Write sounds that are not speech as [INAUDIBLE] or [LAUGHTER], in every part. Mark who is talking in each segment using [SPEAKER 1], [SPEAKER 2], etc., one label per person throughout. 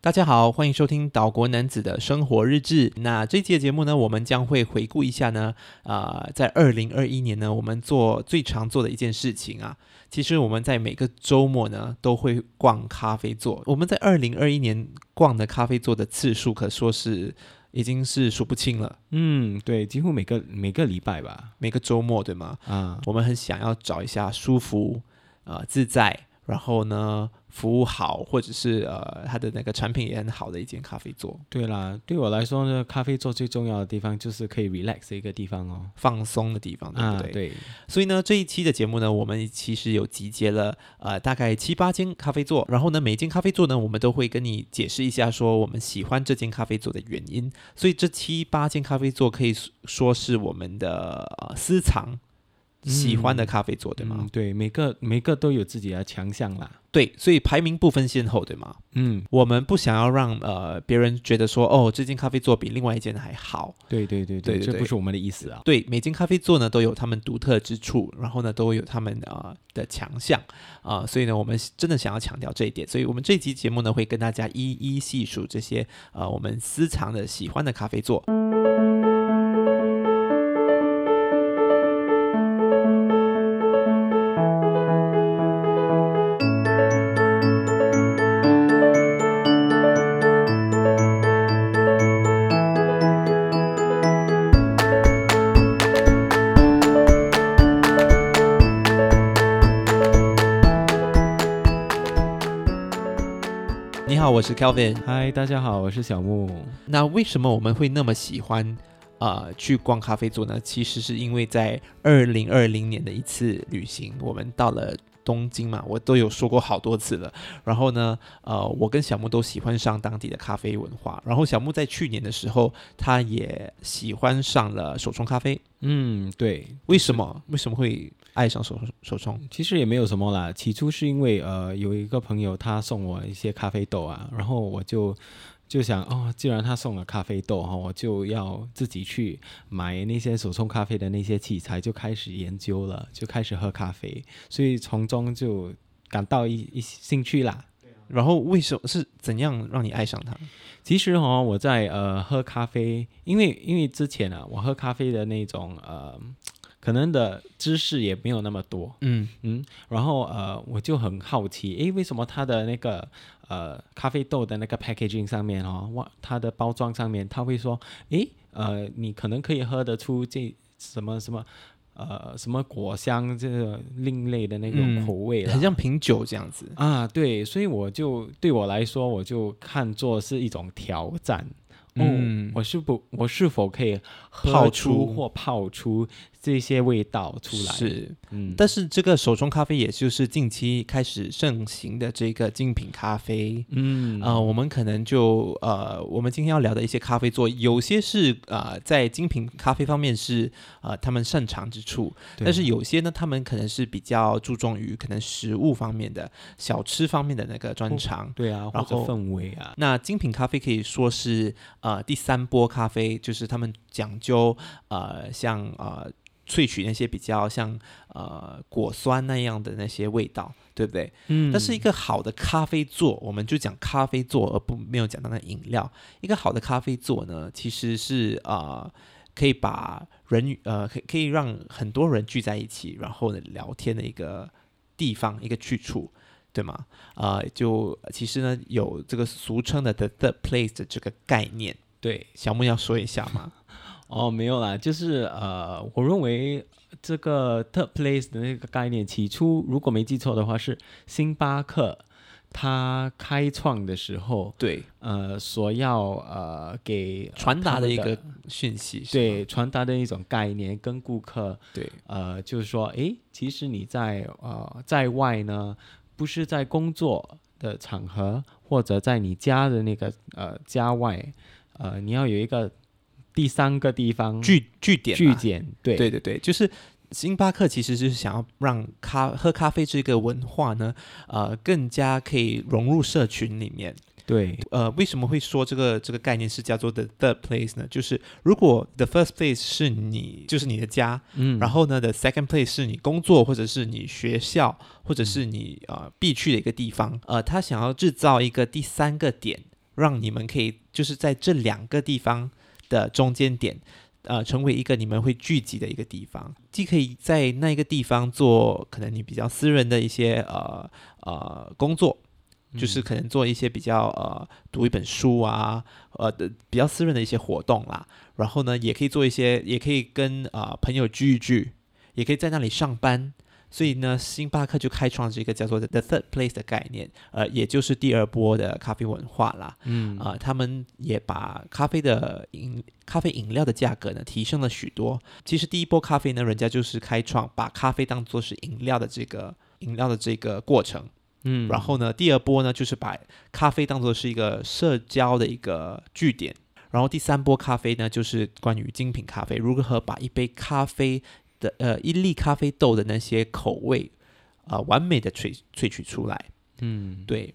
[SPEAKER 1] 大家好，欢迎收听岛国男子的生活日志。那这期的节目呢，我们将会回顾一下呢，啊、在二零二一年呢，我们做最常做的一件事情啊，其实我们在每个周末呢都会逛咖啡座。我们在二零二一年逛的咖啡座的次数，可说是已经是数不清了。
[SPEAKER 2] 嗯，对，几乎每个每个礼拜吧。
[SPEAKER 1] 每个周末，对吗？
[SPEAKER 2] 啊，
[SPEAKER 1] 我们很想要找一下舒服、呃自在，然后呢服务好，或者是呃它的那个产品也很好的一间咖啡座，
[SPEAKER 2] 对啦，对我来说呢，咖啡做最重要的地方就是可以 relax 的一个地方哦。
[SPEAKER 1] 放松的地方，哦对不
[SPEAKER 2] 啊，
[SPEAKER 1] 对？
[SPEAKER 2] 对，
[SPEAKER 1] 所以呢，这一期的节目呢，我们其实有集结了呃大概七八间咖啡座，然后呢，每一间咖啡座呢，我们都会跟你解释一下，说我们喜欢这间咖啡座的原因。所以这七八间咖啡座可以说是我们的、呃、私藏。喜欢的咖啡座，对吗？
[SPEAKER 2] 嗯，对，每个每个都有自己的强项啦。
[SPEAKER 1] 对，所以排名不分先后，对吗？
[SPEAKER 2] 嗯，
[SPEAKER 1] 我们不想要让呃别人觉得说，哦，这间咖啡座比另外一间还好。
[SPEAKER 2] 对对对
[SPEAKER 1] 对对
[SPEAKER 2] 这
[SPEAKER 1] 对
[SPEAKER 2] 不是我们的意思啊。
[SPEAKER 1] 对，每间咖啡座呢都有他们独特之处，然后呢都有他们呃的强项啊、所以呢我们真的想要强调这一点。所以我们这期节目呢会跟大家一一细数这些呃我们私藏的喜欢的咖啡座。你好，我是 Kelvin。
[SPEAKER 2] 嗨，大家好，我是小木。
[SPEAKER 1] 那为什么我们会那么喜欢呃去逛咖啡座呢？其实是因为在二零二零年的一次旅行，我们到了。东京嘛，我都有说过好多次了。然后呢，呃，我跟小木都喜欢上当地的咖啡文化。然后小木在去年的时候，他也喜欢上了手冲咖啡。
[SPEAKER 2] 嗯，对，
[SPEAKER 1] 为什么？为什么会爱上手手冲？
[SPEAKER 2] 其实也没有什么啦。起初是因为呃，有一个朋友他送我一些咖啡豆啊，然后我就就想哦，既然他送了咖啡豆哈、我就要自己去买那些手冲咖啡的那些器材，就开始研究了，就开始喝咖啡，所以从中就感到一一兴趣啦。
[SPEAKER 1] 然后为什么是怎样让你爱上它？
[SPEAKER 2] 其实哈、我在呃喝咖啡，因为因为之前啊，我喝咖啡的那种呃，可能的知识也没有那么多，
[SPEAKER 1] 嗯
[SPEAKER 2] 嗯，然后呃，我就很好奇，诶，为什么它的那个呃咖啡豆的那个 packaging 上面哦，哇，它的包装上面，它会说，诶，呃，你可能可以喝得出这什么什么呃什么果香这个另类的那
[SPEAKER 1] 嗯
[SPEAKER 2] 种口味啦
[SPEAKER 1] 很像品酒这样子。
[SPEAKER 2] 啊，对，所以我就对我来说，我就看作是一种挑战。哦，
[SPEAKER 1] 嗯
[SPEAKER 2] 我是不，我是否可以喝
[SPEAKER 1] 泡
[SPEAKER 2] 出
[SPEAKER 1] 出
[SPEAKER 2] 或泡出这些味道出来？，
[SPEAKER 1] 是，
[SPEAKER 2] 嗯，
[SPEAKER 1] 但是这个手冲咖啡也就是近期开始盛行的这个精品咖啡。
[SPEAKER 2] 嗯
[SPEAKER 1] 呃，我们可能就呃，我们今天要聊的一些咖啡座，有些是呃在精品咖啡方面是呃他们擅长之处，
[SPEAKER 2] 对
[SPEAKER 1] 但是有些呢，他们可能是比较注重于可能食物方面的、小吃方面的那个专长。
[SPEAKER 2] 对啊，或
[SPEAKER 1] 然
[SPEAKER 2] 者
[SPEAKER 1] 后
[SPEAKER 2] 氛围啊，
[SPEAKER 1] 那精品咖啡可以说是呃第三波咖啡，就是他们讲究呃像呃萃取那些比较像呃果酸那样的那些味道，对不对？
[SPEAKER 2] 嗯
[SPEAKER 1] 但是一个好的咖啡座，我们就讲咖啡座，而不没有讲到那饮料。一个好的咖啡座呢，其实是呃可以把人与呃可以可以让很多人聚在一起，然后呢聊天的一个地方一个去处。对吗？呃，就其实呢，有这个俗称的 the third place 的这个概念，
[SPEAKER 2] 对
[SPEAKER 1] 小木要说一下吗？
[SPEAKER 2] 哦，没有啦，就是呃，我认为这个 third place 的那个概念，起初如果没记错的话，是星巴克它开创的时候，
[SPEAKER 1] 对，
[SPEAKER 2] 呃，所要呃给呃
[SPEAKER 1] 传达
[SPEAKER 2] 他
[SPEAKER 1] 的
[SPEAKER 2] 们
[SPEAKER 1] 一个讯息是吗，
[SPEAKER 2] 对传达的一种概念，跟顾客
[SPEAKER 1] 对，
[SPEAKER 2] 呃，就是说，诶，其实你在呃在外呢，不是在工作的场合，或者在你家的那个呃家外，呃，你要有一个第三个地方
[SPEAKER 1] 据据点
[SPEAKER 2] 据
[SPEAKER 1] 啊
[SPEAKER 2] 点，对
[SPEAKER 1] 对对对，就是星巴克其实是想要让咖喝咖啡这个文化呢，呃，更加可以融入社群里面。
[SPEAKER 2] 对
[SPEAKER 1] 呃，为什么会说这个这个概念是叫做 the third place 呢？就是如果 the first place 是你，就是你的家，
[SPEAKER 2] 嗯，
[SPEAKER 1] 然后呢，the second place 是你工作或者是你学校或者是你呃必去的一个地方，呃，他想要制造一个第三个点。让你们可以就是在这两个地方的中间点，呃，成为一个你们会聚集的一个地方，既可以在那个地方做可能你比较私人的一些呃呃工作，就是
[SPEAKER 2] 嗯
[SPEAKER 1] 可能做一些比较呃读一本书啊，呃的比较私人的一些活动啦。然后呢，也可以做一些，也可以跟呃朋友聚一聚，也可以在那里上班。所以呢，星巴克就开创了这个叫做 The Third Place 的概念，呃，也就是第二波的咖啡文化啦。
[SPEAKER 2] 嗯
[SPEAKER 1] 啊、他们也把咖啡的饮咖啡饮料的价格呢提升了许多。其实第一波咖啡呢，人家就是开创把咖啡当做是饮料的这个饮料的这个过程。
[SPEAKER 2] 嗯
[SPEAKER 1] 然后呢，第二波呢就是把咖啡当做是一个社交的一个据点，然后第三波咖啡呢就是关于精品咖啡如何把一杯咖啡的呃一粒咖啡豆的那些口味啊、呃完美的萃萃取出来。
[SPEAKER 2] 嗯，
[SPEAKER 1] 对，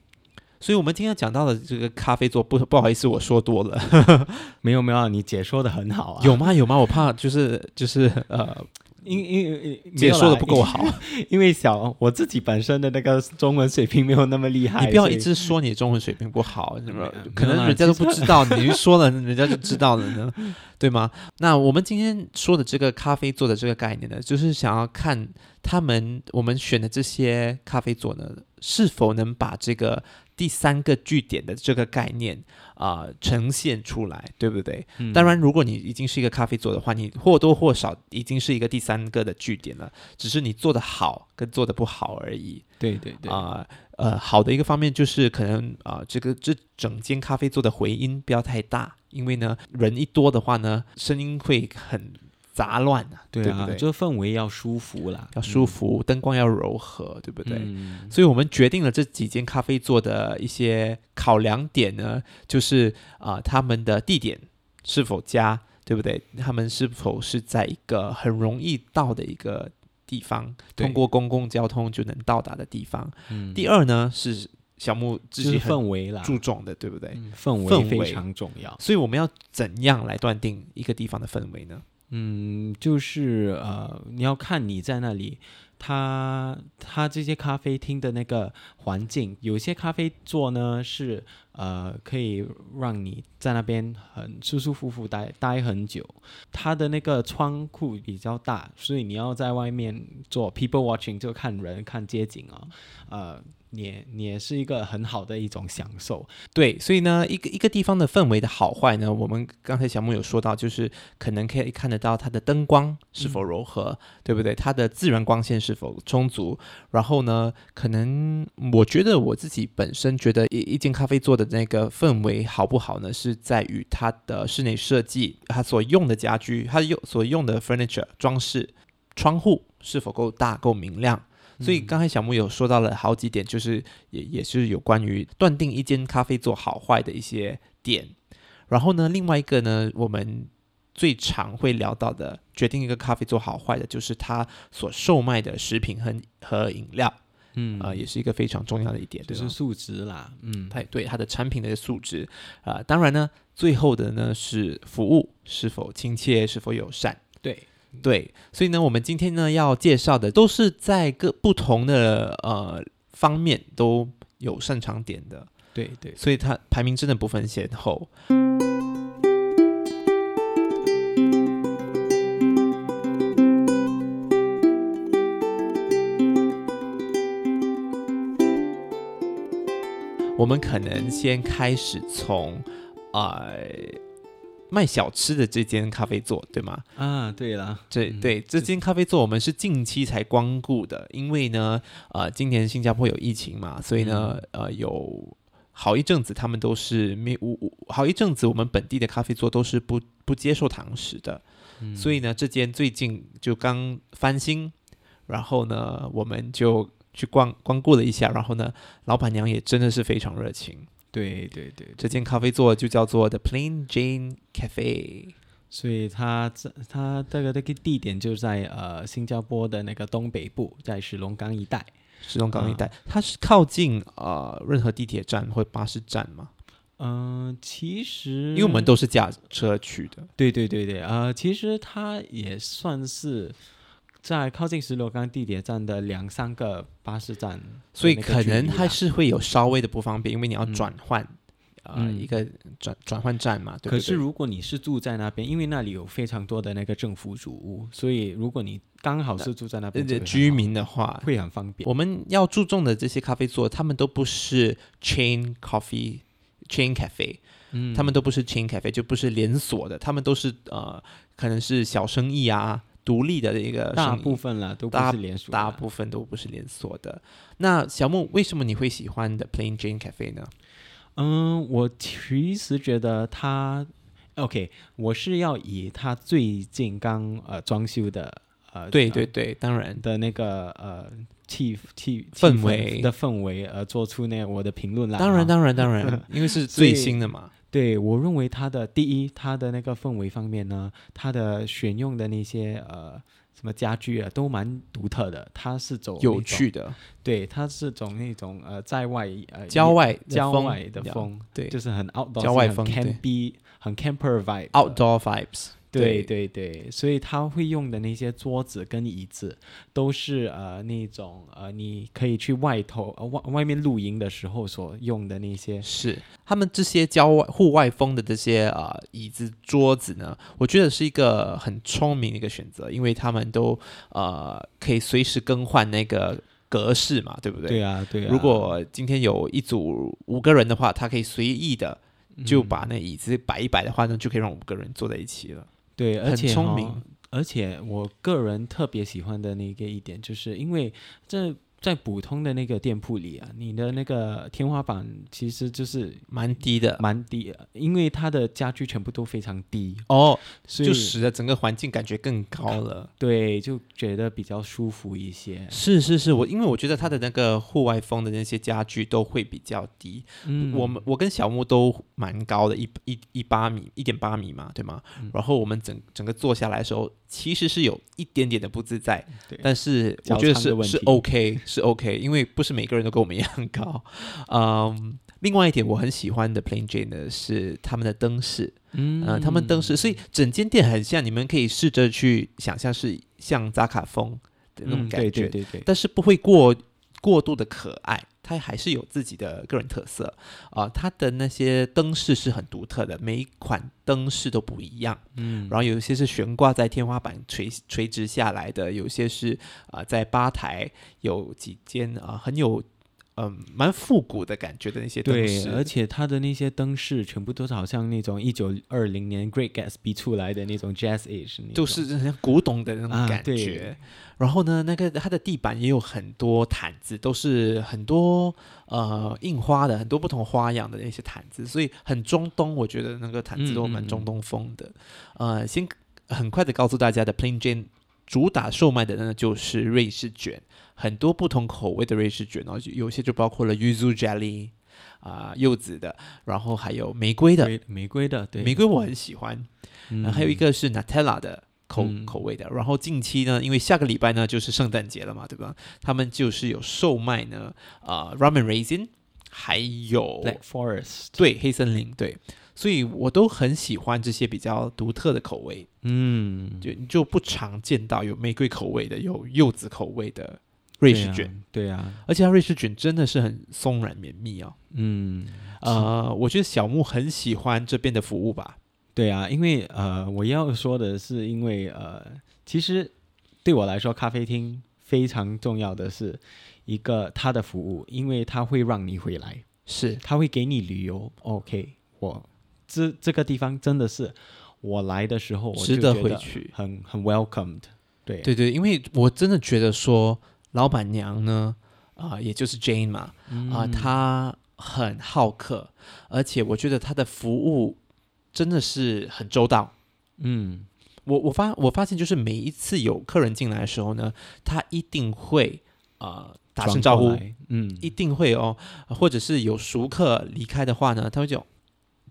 [SPEAKER 1] 所以我们今天讲到的这个咖啡座，不不好意思，我说多了，
[SPEAKER 2] 没有没有，你解说的很好啊，
[SPEAKER 1] [LAUGHS] 有吗？有吗？我怕就是就是呃，
[SPEAKER 2] 因因因因
[SPEAKER 1] 解说的不够，好，
[SPEAKER 2] 没有啦因为小我自己本身的那个中文水平没有那么厉害，
[SPEAKER 1] 你不要
[SPEAKER 2] 所以嗯
[SPEAKER 1] 一直说你中文水平不好，那么
[SPEAKER 2] 没有
[SPEAKER 1] 可
[SPEAKER 2] 没有
[SPEAKER 1] 能
[SPEAKER 2] 啦
[SPEAKER 1] 人家都
[SPEAKER 2] 其实
[SPEAKER 1] 不知道，你一说了，人家就知道了
[SPEAKER 2] [LAUGHS]
[SPEAKER 1] 呢，对吗？那我们今天说的这个咖啡座的这个概念呢，就是想要看他们我们选的这些咖啡座呢，是否能把这个第三个据点的这个概念啊、呃呈现出来，对不对？
[SPEAKER 2] 嗯
[SPEAKER 1] 当然，如果你已经是一个咖啡座的话，你或多或少已经是一个第三个的据点了，只是你做的好跟做的不好而已。
[SPEAKER 2] 对对对，
[SPEAKER 1] 啊、呃，好的一个方面就是可能啊、这个这整间咖啡座的回音不要太大，因为呢，人一多的话呢，声音会很杂乱啊，
[SPEAKER 2] 对
[SPEAKER 1] 不
[SPEAKER 2] 啊，
[SPEAKER 1] 对？
[SPEAKER 2] 就氛围要舒服啦，
[SPEAKER 1] 要舒服，灯光要柔和，对不对？
[SPEAKER 2] 嗯
[SPEAKER 1] 所以我们决定了这几间咖啡座的一些考量点呢，就是啊、他们的地点是否佳，对不对？他们是否是在一个很容易到的一个地方，
[SPEAKER 2] 对
[SPEAKER 1] 通过公共交通就能到达的地方。
[SPEAKER 2] 嗯
[SPEAKER 1] 第二呢是小木自
[SPEAKER 2] 就
[SPEAKER 1] 己
[SPEAKER 2] 是
[SPEAKER 1] 很
[SPEAKER 2] 氛围啦，啊
[SPEAKER 1] 注重的，对不对？
[SPEAKER 2] 嗯氛
[SPEAKER 1] 氛
[SPEAKER 2] 围
[SPEAKER 1] 围
[SPEAKER 2] 非常重要。
[SPEAKER 1] 所以我们要怎样来断定一个地方的氛围呢？
[SPEAKER 2] 嗯，就是呃，你要看你在那里，它它这些咖啡厅的那个环境，有些咖啡座呢是呃可以让你在那边很舒舒服服待待很久，它的那个窗户比较大，所以你要在外面做 people watching 就看人看街景啊、呃，你也你也是一个很好的一种享受，
[SPEAKER 1] 对，所以呢，一个一个地方的氛围的好坏呢，我们刚才小木有说到，就是可能可以看得到它的灯光是否柔和，对不对？它的自然光线是否充足？然后呢，可能我觉得我自己本身觉得一一间咖啡座的那个氛围好不好呢，是在于它的室内设计，它所用的家具，它用所用的 furniture 装饰，窗户是否够大够明亮。所以刚才小木有说到了好几点，就是也也是有关于断定一间咖啡做好坏的一些点。然后呢，另外一个呢，我们最常会聊到的，决定一个咖啡做好坏的，就是它所售卖的食品和和饮料，
[SPEAKER 2] 嗯啊
[SPEAKER 1] 啊、也是一个非常重要的一点，
[SPEAKER 2] 就
[SPEAKER 1] 对
[SPEAKER 2] 是
[SPEAKER 1] 吧？
[SPEAKER 2] 数值啦，嗯，
[SPEAKER 1] 它对它的产品的素质啊、当然呢，最后的呢是服务是否亲切，是否友善。
[SPEAKER 2] 对。
[SPEAKER 1] 对，所以呢，我们今天呢要介绍的都是在各不同的呃方面都有擅长点的，
[SPEAKER 2] 对对，
[SPEAKER 1] 所以它排名真的不分先后。我们可能先开始从，呃，卖小吃的这间咖啡座，对吗？
[SPEAKER 2] 啊，对了，
[SPEAKER 1] 对
[SPEAKER 2] 嗯
[SPEAKER 1] 对，这
[SPEAKER 2] 就
[SPEAKER 1] 间咖啡座我们是近期才光顾的，因为呢，呃，今年新加坡有疫情嘛，所以呢，呃，有好一阵子他们都是没无无好一阵子我们本地的咖啡座都是不不接受堂食的，
[SPEAKER 2] 嗯
[SPEAKER 1] 所以呢，这间最近就刚翻新，然后呢，我们就去光光顾了一下，然后呢，老板娘也真的是非常热情，
[SPEAKER 2] 对对对，
[SPEAKER 1] 这间咖啡座就叫做 The Plain Jane Cafe。
[SPEAKER 2] 所以它这它这个这个地点就在呃新加坡的那个东北部，在石龙岗一带。
[SPEAKER 1] 石龙港一带，
[SPEAKER 2] 嗯
[SPEAKER 1] 它是靠近呃任何地铁站或巴士站嘛？
[SPEAKER 2] 嗯、其实
[SPEAKER 1] 因为我们都是驾车去的，
[SPEAKER 2] 嗯对对对对，呃，其实它也算是在靠近石龙岗地铁站的两三个巴士站的那个距离啦，啊
[SPEAKER 1] 所以可能还是会有稍微的不方便，因为你要转换、呃、
[SPEAKER 2] 嗯
[SPEAKER 1] 一个转转换站嘛，对不对？
[SPEAKER 2] 可是如果你是住在那边，因为那里有非常多的那个政府主屋，所以如果你刚好是住在那
[SPEAKER 1] 呃
[SPEAKER 2] 边，就会很好
[SPEAKER 1] 居民的话，
[SPEAKER 2] 会很方便。
[SPEAKER 1] 我们要注重的这些咖啡座，他们都不是 chain coffee。chain cafe，
[SPEAKER 2] 嗯
[SPEAKER 1] 他们都不是 chain cafe，、就不是连锁的，他们都是呃，可能是小生意啊，独立的一个
[SPEAKER 2] 大
[SPEAKER 1] 呃生意
[SPEAKER 2] 部分啦都不
[SPEAKER 1] 大
[SPEAKER 2] 是连锁啦，
[SPEAKER 1] 大部分都不是连锁的。那小木，为什么你会喜欢的 Plain Jane Cafe 呢？
[SPEAKER 2] 嗯，我其实觉得它 OK，我是要以它最近刚呃装修的呃
[SPEAKER 1] 对对对，当然，
[SPEAKER 2] 的那个呃气气气
[SPEAKER 1] 氛
[SPEAKER 2] 氛
[SPEAKER 1] 围
[SPEAKER 2] 的氛围而做出那我的评论啦。
[SPEAKER 1] 当然
[SPEAKER 2] 的，
[SPEAKER 1] 当然当
[SPEAKER 2] [LAUGHS]
[SPEAKER 1] 然，因为是
[SPEAKER 2] 所以
[SPEAKER 1] 最新的嘛。
[SPEAKER 2] 对我认为它的第一，它的那个氛围方面呢，它的选用的那些呃。什么家具啊，都蛮独特的。它是走那
[SPEAKER 1] 有
[SPEAKER 2] 种，
[SPEAKER 1] 趣的
[SPEAKER 2] 对，它是走那种呃，在外呃
[SPEAKER 1] 郊外的
[SPEAKER 2] 郊
[SPEAKER 1] 风
[SPEAKER 2] 外的
[SPEAKER 1] 呀
[SPEAKER 2] 风，
[SPEAKER 1] 对
[SPEAKER 2] 就是很 outdoor，
[SPEAKER 1] 郊外
[SPEAKER 2] 是很
[SPEAKER 1] 风对
[SPEAKER 2] campy，很 camper vibe 的。
[SPEAKER 1] outdoor vibes，
[SPEAKER 2] 对对对，所以他会用的那些桌子跟椅子，都是呃那种呃你可以去外头呃外外面露营的时候所用的那些。
[SPEAKER 1] 是他们这些郊外户外风的这些啊、呃椅子桌子呢，我觉得是一个很聪明的一个选择，因为他们都呃可以随时更换那个格式嘛，对不对？
[SPEAKER 2] 对啊，对啊。
[SPEAKER 1] 如果今天有一组五个人的话，他可以随意的就把那椅子摆一摆的话呢，就可以让五个人坐在一起了。
[SPEAKER 2] 对，而
[SPEAKER 1] 很
[SPEAKER 2] 且
[SPEAKER 1] 聪
[SPEAKER 2] 哈
[SPEAKER 1] 明
[SPEAKER 2] 而且我个人特别喜欢的那个一点，就是因为这在普通的那个店铺里啊，你的那个天花板其实就是
[SPEAKER 1] 蛮低的
[SPEAKER 2] 蛮低的，因为它的家具全部都非常低，
[SPEAKER 1] 哦，
[SPEAKER 2] 所以
[SPEAKER 1] 就使得整个环境感觉更高了。
[SPEAKER 2] 对就觉得比较舒服一些。
[SPEAKER 1] 是是是，我因为我觉得它的那个户外风的那些家具都会比较低，
[SPEAKER 2] 嗯，
[SPEAKER 1] 我们我跟小木都蛮高的，一一一八米，一点八米嘛，对吗？
[SPEAKER 2] 嗯
[SPEAKER 1] 然后我们整整个坐下来的时候，其实是有一点点的不自在
[SPEAKER 2] 嗯对，
[SPEAKER 1] 但是我
[SPEAKER 2] 脚
[SPEAKER 1] 觉得
[SPEAKER 2] 长的
[SPEAKER 1] 是
[SPEAKER 2] 问
[SPEAKER 1] 是
[SPEAKER 2] 题
[SPEAKER 1] OK 是 OK，因为不是每个人都跟我们一样高。嗯，另外一点我很喜欢的 Plain Jane 呢是他们的灯饰，
[SPEAKER 2] 嗯
[SPEAKER 1] 呃，他们灯饰，所以整间店很像，你们可以试着去想象是像扎卡风的那种
[SPEAKER 2] 嗯
[SPEAKER 1] 感觉，
[SPEAKER 2] 对对对对，
[SPEAKER 1] 但是不会过过度的可爱，它还是有自己的个人特色啊、它的那些灯饰是很独特的，每一款灯饰都不一样。
[SPEAKER 2] 嗯，
[SPEAKER 1] 然后有一些是悬挂在天花板垂垂直下来的，有些是啊、呃在吧台有几间啊、呃很有嗯、蛮复古的感觉的那些灯
[SPEAKER 2] 对，
[SPEAKER 1] 饰，
[SPEAKER 2] 而且它的那些灯饰全部都是好像那种一九二零年 Great Gatsby 出来的那种 Jazz Age，那种
[SPEAKER 1] 就是很像古董的那种
[SPEAKER 2] 啊
[SPEAKER 1] 感
[SPEAKER 2] 对
[SPEAKER 1] 觉。然后呢，那个它的地板也有很多毯子，都是很多呃印花的，很多不同花样的那些毯子，所以很中东。我觉得那个毯子都
[SPEAKER 2] 嗯嗯
[SPEAKER 1] 蛮
[SPEAKER 2] 嗯
[SPEAKER 1] 中东风的。呃，先很快的告诉大家的，Plain Jane 主打售卖的呢就是瑞士卷，很多不同口味的瑞士卷哦，有些就包括了 yuzu jelly 啊、柚子的，然后还有玫瑰的。
[SPEAKER 2] 玫玫瑰的，对，
[SPEAKER 1] 玫瑰我很喜欢，
[SPEAKER 2] 嗯、
[SPEAKER 1] 然后还有一个是 Nutella 的口、
[SPEAKER 2] 嗯
[SPEAKER 1] 口味的。然后近期呢，因为下个礼拜呢就是圣诞节了嘛，对吧？他们就是有售卖呢，啊、r a m e n raisin，还有
[SPEAKER 2] Black Forest，
[SPEAKER 1] 对黑森林，对。所以我都很喜欢这些比较独特的口味，
[SPEAKER 2] 嗯，
[SPEAKER 1] 就就不常见到有玫瑰口味的，有柚子口味的瑞士卷，
[SPEAKER 2] 对啊，对啊，
[SPEAKER 1] 而且它瑞士卷真的是很松软绵密哦。
[SPEAKER 2] 嗯，
[SPEAKER 1] 呃，我觉得小木很喜欢这边的服务吧，
[SPEAKER 2] 对啊，因为呃，我要说的是，因为呃，其实对我来说，咖啡厅非常重要的是一个它的服务，因为它会让你回来。
[SPEAKER 1] 是
[SPEAKER 2] 他会给你旅游。OK，我这这个地方真的是我来的时候我
[SPEAKER 1] 值
[SPEAKER 2] 就
[SPEAKER 1] 得
[SPEAKER 2] 觉
[SPEAKER 1] 回去
[SPEAKER 2] 很很 welcomed。对，
[SPEAKER 1] 对对，因为我真的觉得说，老板娘呢，啊、也就是 Jane 嘛，
[SPEAKER 2] 嗯
[SPEAKER 1] 啊、她很好客，而且我觉得她的服务真的是很周到。
[SPEAKER 2] 嗯，
[SPEAKER 1] 我我发我发现，就是每一次有客人进来的时候呢，她一定会啊、呃打声
[SPEAKER 2] 转
[SPEAKER 1] 招
[SPEAKER 2] 过
[SPEAKER 1] 呼，
[SPEAKER 2] 来，嗯，
[SPEAKER 1] 一定会哦，或者是有熟客离开的话呢，她会就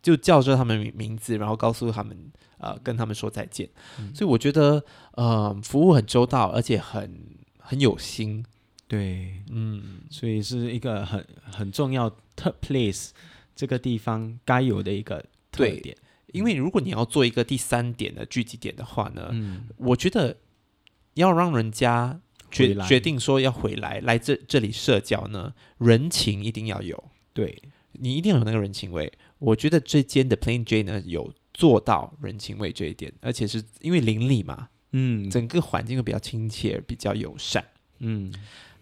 [SPEAKER 1] 就叫着他们名名字，然后告诉他们呃跟他们说再见。
[SPEAKER 2] 嗯
[SPEAKER 1] 所以我觉得呃服务很周到，而且很很有心。
[SPEAKER 2] 对，
[SPEAKER 1] 嗯，
[SPEAKER 2] 所以是一个很很重要特 place 这个地方该有的一个特
[SPEAKER 1] 对
[SPEAKER 2] 点。
[SPEAKER 1] 因为如果你要做一个第三点的聚集点的话呢，
[SPEAKER 2] 嗯，
[SPEAKER 1] 我觉得要让人家
[SPEAKER 2] 回
[SPEAKER 1] 决
[SPEAKER 2] 来
[SPEAKER 1] 决定说要回来来这这里社交呢，人情一定要有，
[SPEAKER 2] 对，
[SPEAKER 1] 你一定要有那个人情味。我觉得这间的 Plain J 呢有做到人情味这一点，而且是因为邻里嘛，
[SPEAKER 2] 嗯
[SPEAKER 1] 整个环境会比较亲切，比较友善。
[SPEAKER 2] 嗯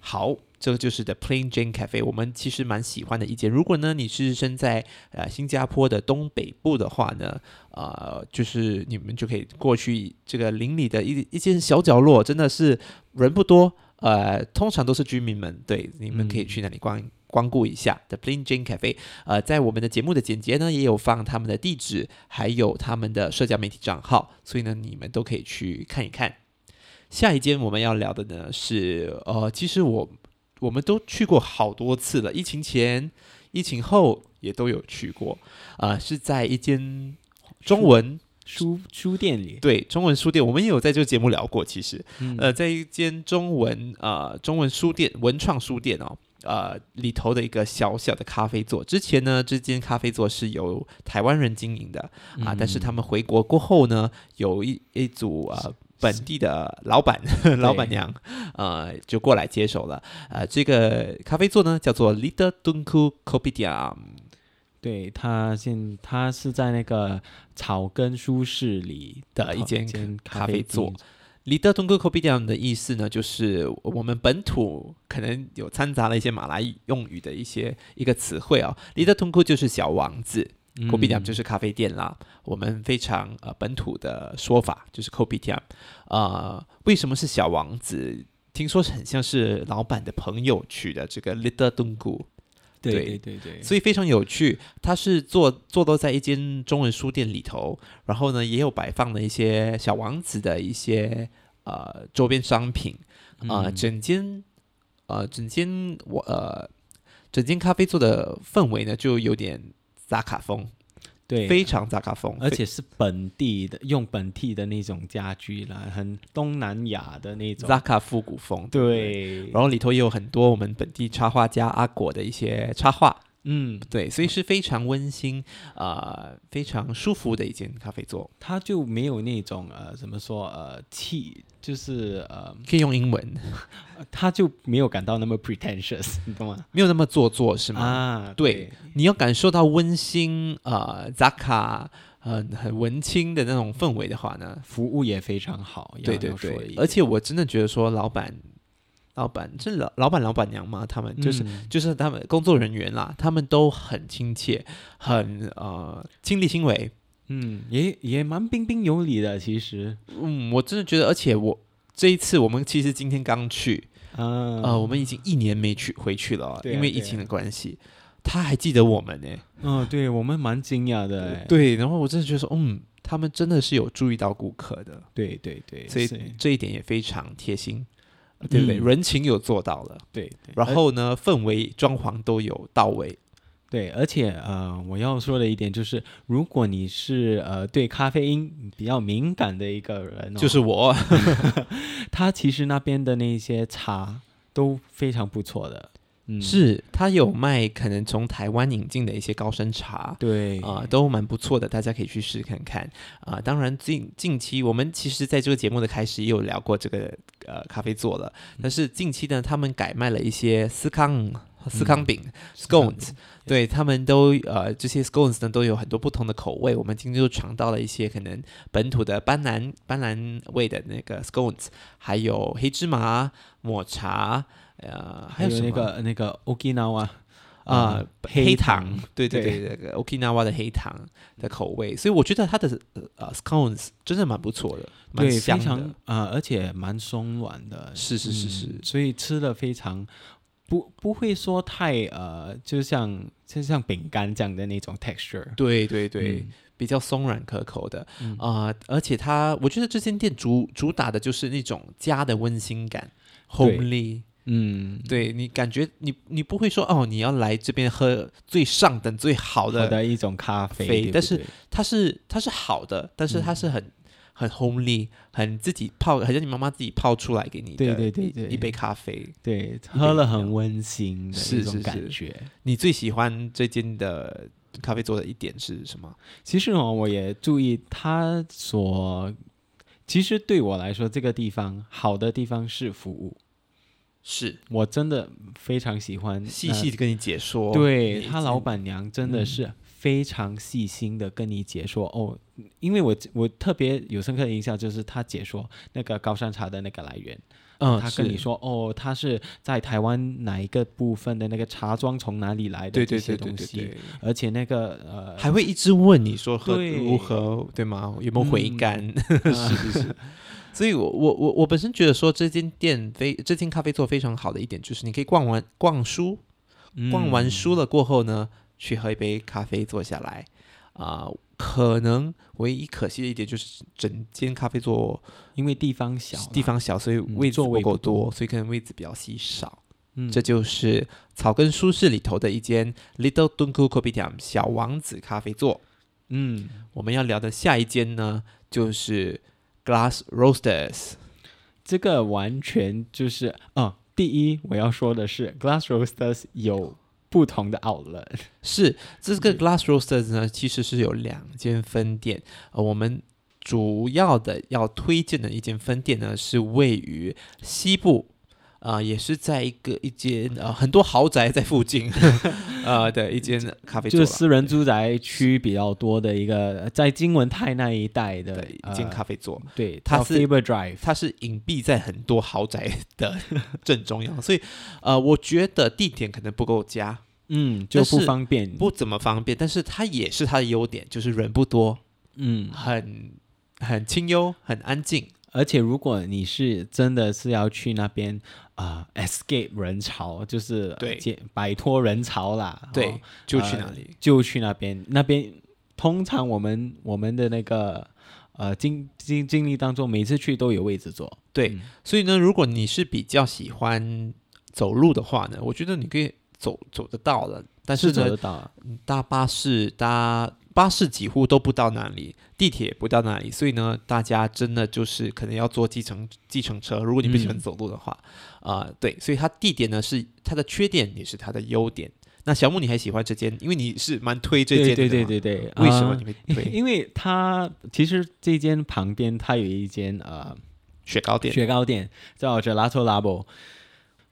[SPEAKER 1] 好，这个就是 The Plain Jane Cafe，我们其实蛮喜欢的一间。如果呢你是身在呃新加坡的东北部的话呢，呃，就是你们就可以过去这个邻里的一一间小角落，真的是人不多，呃，通常都是居民们，对，你们可以去那里逛。光顾一下 The Plain Jane Cafe，呃，在我们的节目的简介呢，也有放他们的地址，还有他们的社交媒体账号，所以呢，你们都可以去看一看。下一间我们要聊的呢是，呃，其实我我们都去过好多次了，疫情前、疫情后也都有去过，呃，是在一间中文
[SPEAKER 2] 书书店里，
[SPEAKER 1] 对中文书店，我们也有在这个节目聊过，其实，
[SPEAKER 2] 嗯
[SPEAKER 1] 呃，在一间中文呃中文书店文创书店哦。呃，里头的一个小小的咖啡座，之前呢，这间咖啡座是由台湾人经营的啊、
[SPEAKER 2] 嗯
[SPEAKER 1] 但是他们回国过后呢，有一一组呃本地的老板 [LAUGHS] 老板娘呃就过来接手了。呃，这个咖啡座呢叫做 Little Dunku Kopitiam，
[SPEAKER 2] 对他现他是在那个草根书室里
[SPEAKER 1] 的一间咖
[SPEAKER 2] 咖
[SPEAKER 1] 啡座
[SPEAKER 2] 座，
[SPEAKER 1] Little t o n g o k o p i d i a m 的意思呢，就是我们本土可能有掺杂了一些马来语用语的一些一个词汇哦。Little t o n g o 就是小王子、
[SPEAKER 2] 嗯
[SPEAKER 1] k o p i d i a m 就是咖啡店啦。我们非常呃本土的说法就是 k o p i d i a m 呃，为什么是小王子？听说很像是老板的朋友取的这个 Little t o n g o
[SPEAKER 2] 对
[SPEAKER 1] 对
[SPEAKER 2] 对对对，
[SPEAKER 1] 所以非常有趣。它是坐坐落在一间中文书店里头，然后呢也有摆放了一些小王子的一些呃周边商品啊、呃
[SPEAKER 2] 嗯
[SPEAKER 1] 整间呃整间我呃整间咖啡座的氛围呢就有点扎卡风，
[SPEAKER 2] 对
[SPEAKER 1] 非常扎卡风，
[SPEAKER 2] 而
[SPEAKER 1] 非
[SPEAKER 2] 且是本地的，用本地的那种家具啦，很东南亚的那种。
[SPEAKER 1] 扎卡复古风。
[SPEAKER 2] 对，
[SPEAKER 1] 然后里头也有很多我们本地插画家阿果的一些插画，
[SPEAKER 2] 嗯，
[SPEAKER 1] 对，所以是非常温馨，呃，非常舒服的一间咖啡座。
[SPEAKER 2] 它就没有那种呃，怎么说呃气，就是呃，
[SPEAKER 1] 可以用英文，
[SPEAKER 2] 它就没有感到那么 pretentious，你懂吗？
[SPEAKER 1] 没有那么做作是吗？
[SPEAKER 2] 啊，
[SPEAKER 1] 对，你要感受到温馨，呃，扎卡，很、很文青的那种氛围的话呢，
[SPEAKER 2] 服务也非常好，要
[SPEAKER 1] 对对
[SPEAKER 2] 要说
[SPEAKER 1] 对
[SPEAKER 2] 一，
[SPEAKER 1] 而且我真的觉得说老板，老板这老老板老板娘嘛，他们就是、
[SPEAKER 2] 嗯
[SPEAKER 1] 就是他们工作人员啦，他们都很亲切，很呃亲力亲为，
[SPEAKER 2] 嗯，也也蛮彬彬有礼的，其实
[SPEAKER 1] 嗯，我真的觉得，而且我。这一次我们其实今天刚去，
[SPEAKER 2] 啊，
[SPEAKER 1] 呃，我们已经一年没去回去了哦，
[SPEAKER 2] 对啊
[SPEAKER 1] 因为疫
[SPEAKER 2] 对啊
[SPEAKER 1] 情的关系，他还记得我们呢、
[SPEAKER 2] 嗯，对我们蛮惊讶的欸，
[SPEAKER 1] 对，然后我真的觉得说，嗯，他们真的是有注意到顾客的，
[SPEAKER 2] 对对对，
[SPEAKER 1] 所以
[SPEAKER 2] 是
[SPEAKER 1] 这一点也非常贴心，对不对？
[SPEAKER 2] 嗯哎
[SPEAKER 1] 人情有做到了，
[SPEAKER 2] 对对，
[SPEAKER 1] 然后呢，氛围、装潢都有到位。
[SPEAKER 2] 对，而且呃，我要说的一点就是，如果你是呃对咖啡因比较敏感的一个人、哦，
[SPEAKER 1] 就是我，
[SPEAKER 2] 他其实那边的那些茶都非常不错的，
[SPEAKER 1] [LAUGHS]
[SPEAKER 2] 嗯，
[SPEAKER 1] 是他有卖可能从台湾引进的一些高山茶。
[SPEAKER 2] 对
[SPEAKER 1] 啊、都蛮不错的，大家可以去试看看啊、当然近近期我们其实在这个节目的开始也有聊过这个呃咖啡座了，
[SPEAKER 2] 嗯
[SPEAKER 1] 但是近期呢，他们改卖了一些司康司
[SPEAKER 2] 嗯
[SPEAKER 1] 康饼、scones，对他们都呃这些 scones 呢都有很多不同的口味，我们今天就尝到了一些可能本土的斑斓斑斓味的那个 scones，还有黑芝麻抹茶，呃
[SPEAKER 2] 还有
[SPEAKER 1] 什
[SPEAKER 2] 那
[SPEAKER 1] 么
[SPEAKER 2] 个那个 Okinawa
[SPEAKER 1] 啊、
[SPEAKER 2] 呃
[SPEAKER 1] 黑
[SPEAKER 2] 糖，
[SPEAKER 1] 糖，对对
[SPEAKER 2] 对
[SPEAKER 1] 对，那个 Okinawa 的黑糖的口味，所以我觉得它的呃 scones 真的蛮不错的，蛮
[SPEAKER 2] 对，
[SPEAKER 1] 香
[SPEAKER 2] 非常
[SPEAKER 1] 的，
[SPEAKER 2] 啊、而且蛮松软的，
[SPEAKER 1] 是是是
[SPEAKER 2] 嗯
[SPEAKER 1] 是
[SPEAKER 2] 所以吃的非常。不不会说太呃，就像就像饼干这样的那种 texture，
[SPEAKER 1] 对对对。
[SPEAKER 2] 嗯
[SPEAKER 1] 比较松软可口的啊、
[SPEAKER 2] 嗯
[SPEAKER 1] 呃而且它，我觉得这间店主主打的就是那种家的温馨感，homely，
[SPEAKER 2] 嗯，
[SPEAKER 1] 对你感觉你你不会说哦，你要来这边喝最上等最好
[SPEAKER 2] 好
[SPEAKER 1] 的，
[SPEAKER 2] 的一种咖啡，
[SPEAKER 1] 啡
[SPEAKER 2] 对不
[SPEAKER 1] 但是
[SPEAKER 2] 对
[SPEAKER 1] 它是它是好的，但是
[SPEAKER 2] 嗯
[SPEAKER 1] 它是很、很 homely，很自己泡，好像你妈妈自己泡出来给你的
[SPEAKER 2] 对对对
[SPEAKER 1] 一
[SPEAKER 2] 对
[SPEAKER 1] 一杯咖啡。
[SPEAKER 2] 对，喝了很温馨的
[SPEAKER 1] 是
[SPEAKER 2] 一种
[SPEAKER 1] 是
[SPEAKER 2] 感
[SPEAKER 1] 是
[SPEAKER 2] 觉。
[SPEAKER 1] 你最喜欢这间的咖啡做的一点是什么？
[SPEAKER 2] 其实哦，我也注意它所，其实对我来说，这个地方好的地方是服务，
[SPEAKER 1] 是
[SPEAKER 2] 我真的非常喜欢
[SPEAKER 1] 细细
[SPEAKER 2] 那
[SPEAKER 1] 的跟你解说，嗯
[SPEAKER 2] 对
[SPEAKER 1] 你
[SPEAKER 2] 他老板娘真的是非常细心的跟你解说哦，因为我我特别有深刻的印象就是他解说那个高山茶的那个来源，
[SPEAKER 1] 嗯，
[SPEAKER 2] 他跟
[SPEAKER 1] 是
[SPEAKER 2] 你，说哦，他是在台湾哪一个部分的那个茶庄从哪里来的
[SPEAKER 1] 对
[SPEAKER 2] 这
[SPEAKER 1] 对
[SPEAKER 2] 些
[SPEAKER 1] 对对
[SPEAKER 2] 东
[SPEAKER 1] 对
[SPEAKER 2] 西，
[SPEAKER 1] 对，
[SPEAKER 2] 而且那个
[SPEAKER 1] [LAUGHS]
[SPEAKER 2] 呃
[SPEAKER 1] 还会一直问你说喝
[SPEAKER 2] 对
[SPEAKER 1] 如何，对吗？有没有回
[SPEAKER 2] 嗯
[SPEAKER 1] 甘？是是
[SPEAKER 2] [LAUGHS]
[SPEAKER 1] 是。 [LAUGHS] 所以我，我我我本身觉得说这间店非这间咖啡做非常好的一点就是，你可以逛完逛书，
[SPEAKER 2] 嗯
[SPEAKER 1] 逛完书了过后呢，去喝一杯咖啡，坐下来啊、可能唯一可惜的一点就是，整间咖啡座
[SPEAKER 2] 因为地方小啦，
[SPEAKER 1] 地方小，所以
[SPEAKER 2] 嗯
[SPEAKER 1] 位置
[SPEAKER 2] 座
[SPEAKER 1] 不
[SPEAKER 2] 位不
[SPEAKER 1] 够多，所以可能位置比较稀少。
[SPEAKER 2] 嗯
[SPEAKER 1] 这就是草根书市里头的一间 Little Dunku Kopitiam 小王子咖啡座。
[SPEAKER 2] 嗯
[SPEAKER 1] 我们要聊的下一间呢，就是 Glass Roasters。
[SPEAKER 2] 这个完全就是啊、哦第一我要说的是，Glass Roasters 有不同的 outlet，
[SPEAKER 1] 是这
[SPEAKER 2] 嗯
[SPEAKER 1] 个 Glass Roasters 呢，其实是有两间分店，呃，我们主要的要推荐的一间分店呢，是位于西部。啊、也是在一个一间呃很多豪宅在附近， [LAUGHS] 呃的一间咖啡座
[SPEAKER 2] 就是
[SPEAKER 1] 啦，
[SPEAKER 2] 私人住宅区比较多的一个，在金文泰那一带的
[SPEAKER 1] 的一间
[SPEAKER 2] 呃
[SPEAKER 1] 咖啡座，
[SPEAKER 2] 对，
[SPEAKER 1] 它
[SPEAKER 2] 它
[SPEAKER 1] 是
[SPEAKER 2] Faber Drive，
[SPEAKER 1] 它是隐蔽在很多豪宅的 [LAUGHS] 正中央，所以呃，我觉得地点可能不够佳，
[SPEAKER 2] 嗯，就
[SPEAKER 1] 但是
[SPEAKER 2] 不方便，
[SPEAKER 1] 不怎么方便，但是它也是它的优点，就是人不多，
[SPEAKER 2] 嗯，
[SPEAKER 1] 很很清幽，很安静。
[SPEAKER 2] 而且如果你是真的是要去那边啊、呃 escape 人潮，就是呃
[SPEAKER 1] 对
[SPEAKER 2] 解摆脱人潮啦，
[SPEAKER 1] 对，
[SPEAKER 2] 哦
[SPEAKER 1] 就去
[SPEAKER 2] 呃
[SPEAKER 1] 哪里？
[SPEAKER 2] 就去那边，那边通常我们我们的那个呃经经经历当中，每次去都有位置坐，
[SPEAKER 1] 对，
[SPEAKER 2] 嗯
[SPEAKER 1] 所以呢，如果你是比较喜欢走路的话呢，我觉得你可以走走得到的，但是
[SPEAKER 2] 是走
[SPEAKER 1] 呢，
[SPEAKER 2] 得到啊，
[SPEAKER 1] 嗯搭巴士搭。巴士几乎都不到哪里，地铁也不到哪里，所以呢，大家真的就是可能要坐计程计程车。如果你不喜欢
[SPEAKER 2] 嗯
[SPEAKER 1] 走路的话，啊、对，所以它地点呢是它的缺点，也是它的优点。那小木你还喜欢这间，因为你是蛮推这间
[SPEAKER 2] 对
[SPEAKER 1] 的，
[SPEAKER 2] 对对
[SPEAKER 1] 对呃
[SPEAKER 2] 对对，
[SPEAKER 1] 为什么
[SPEAKER 2] 啊
[SPEAKER 1] 你会推
[SPEAKER 2] 因为它其实这间旁边它有一间呃
[SPEAKER 1] 雪糕店？
[SPEAKER 2] 雪糕店叫 Gelato Labo。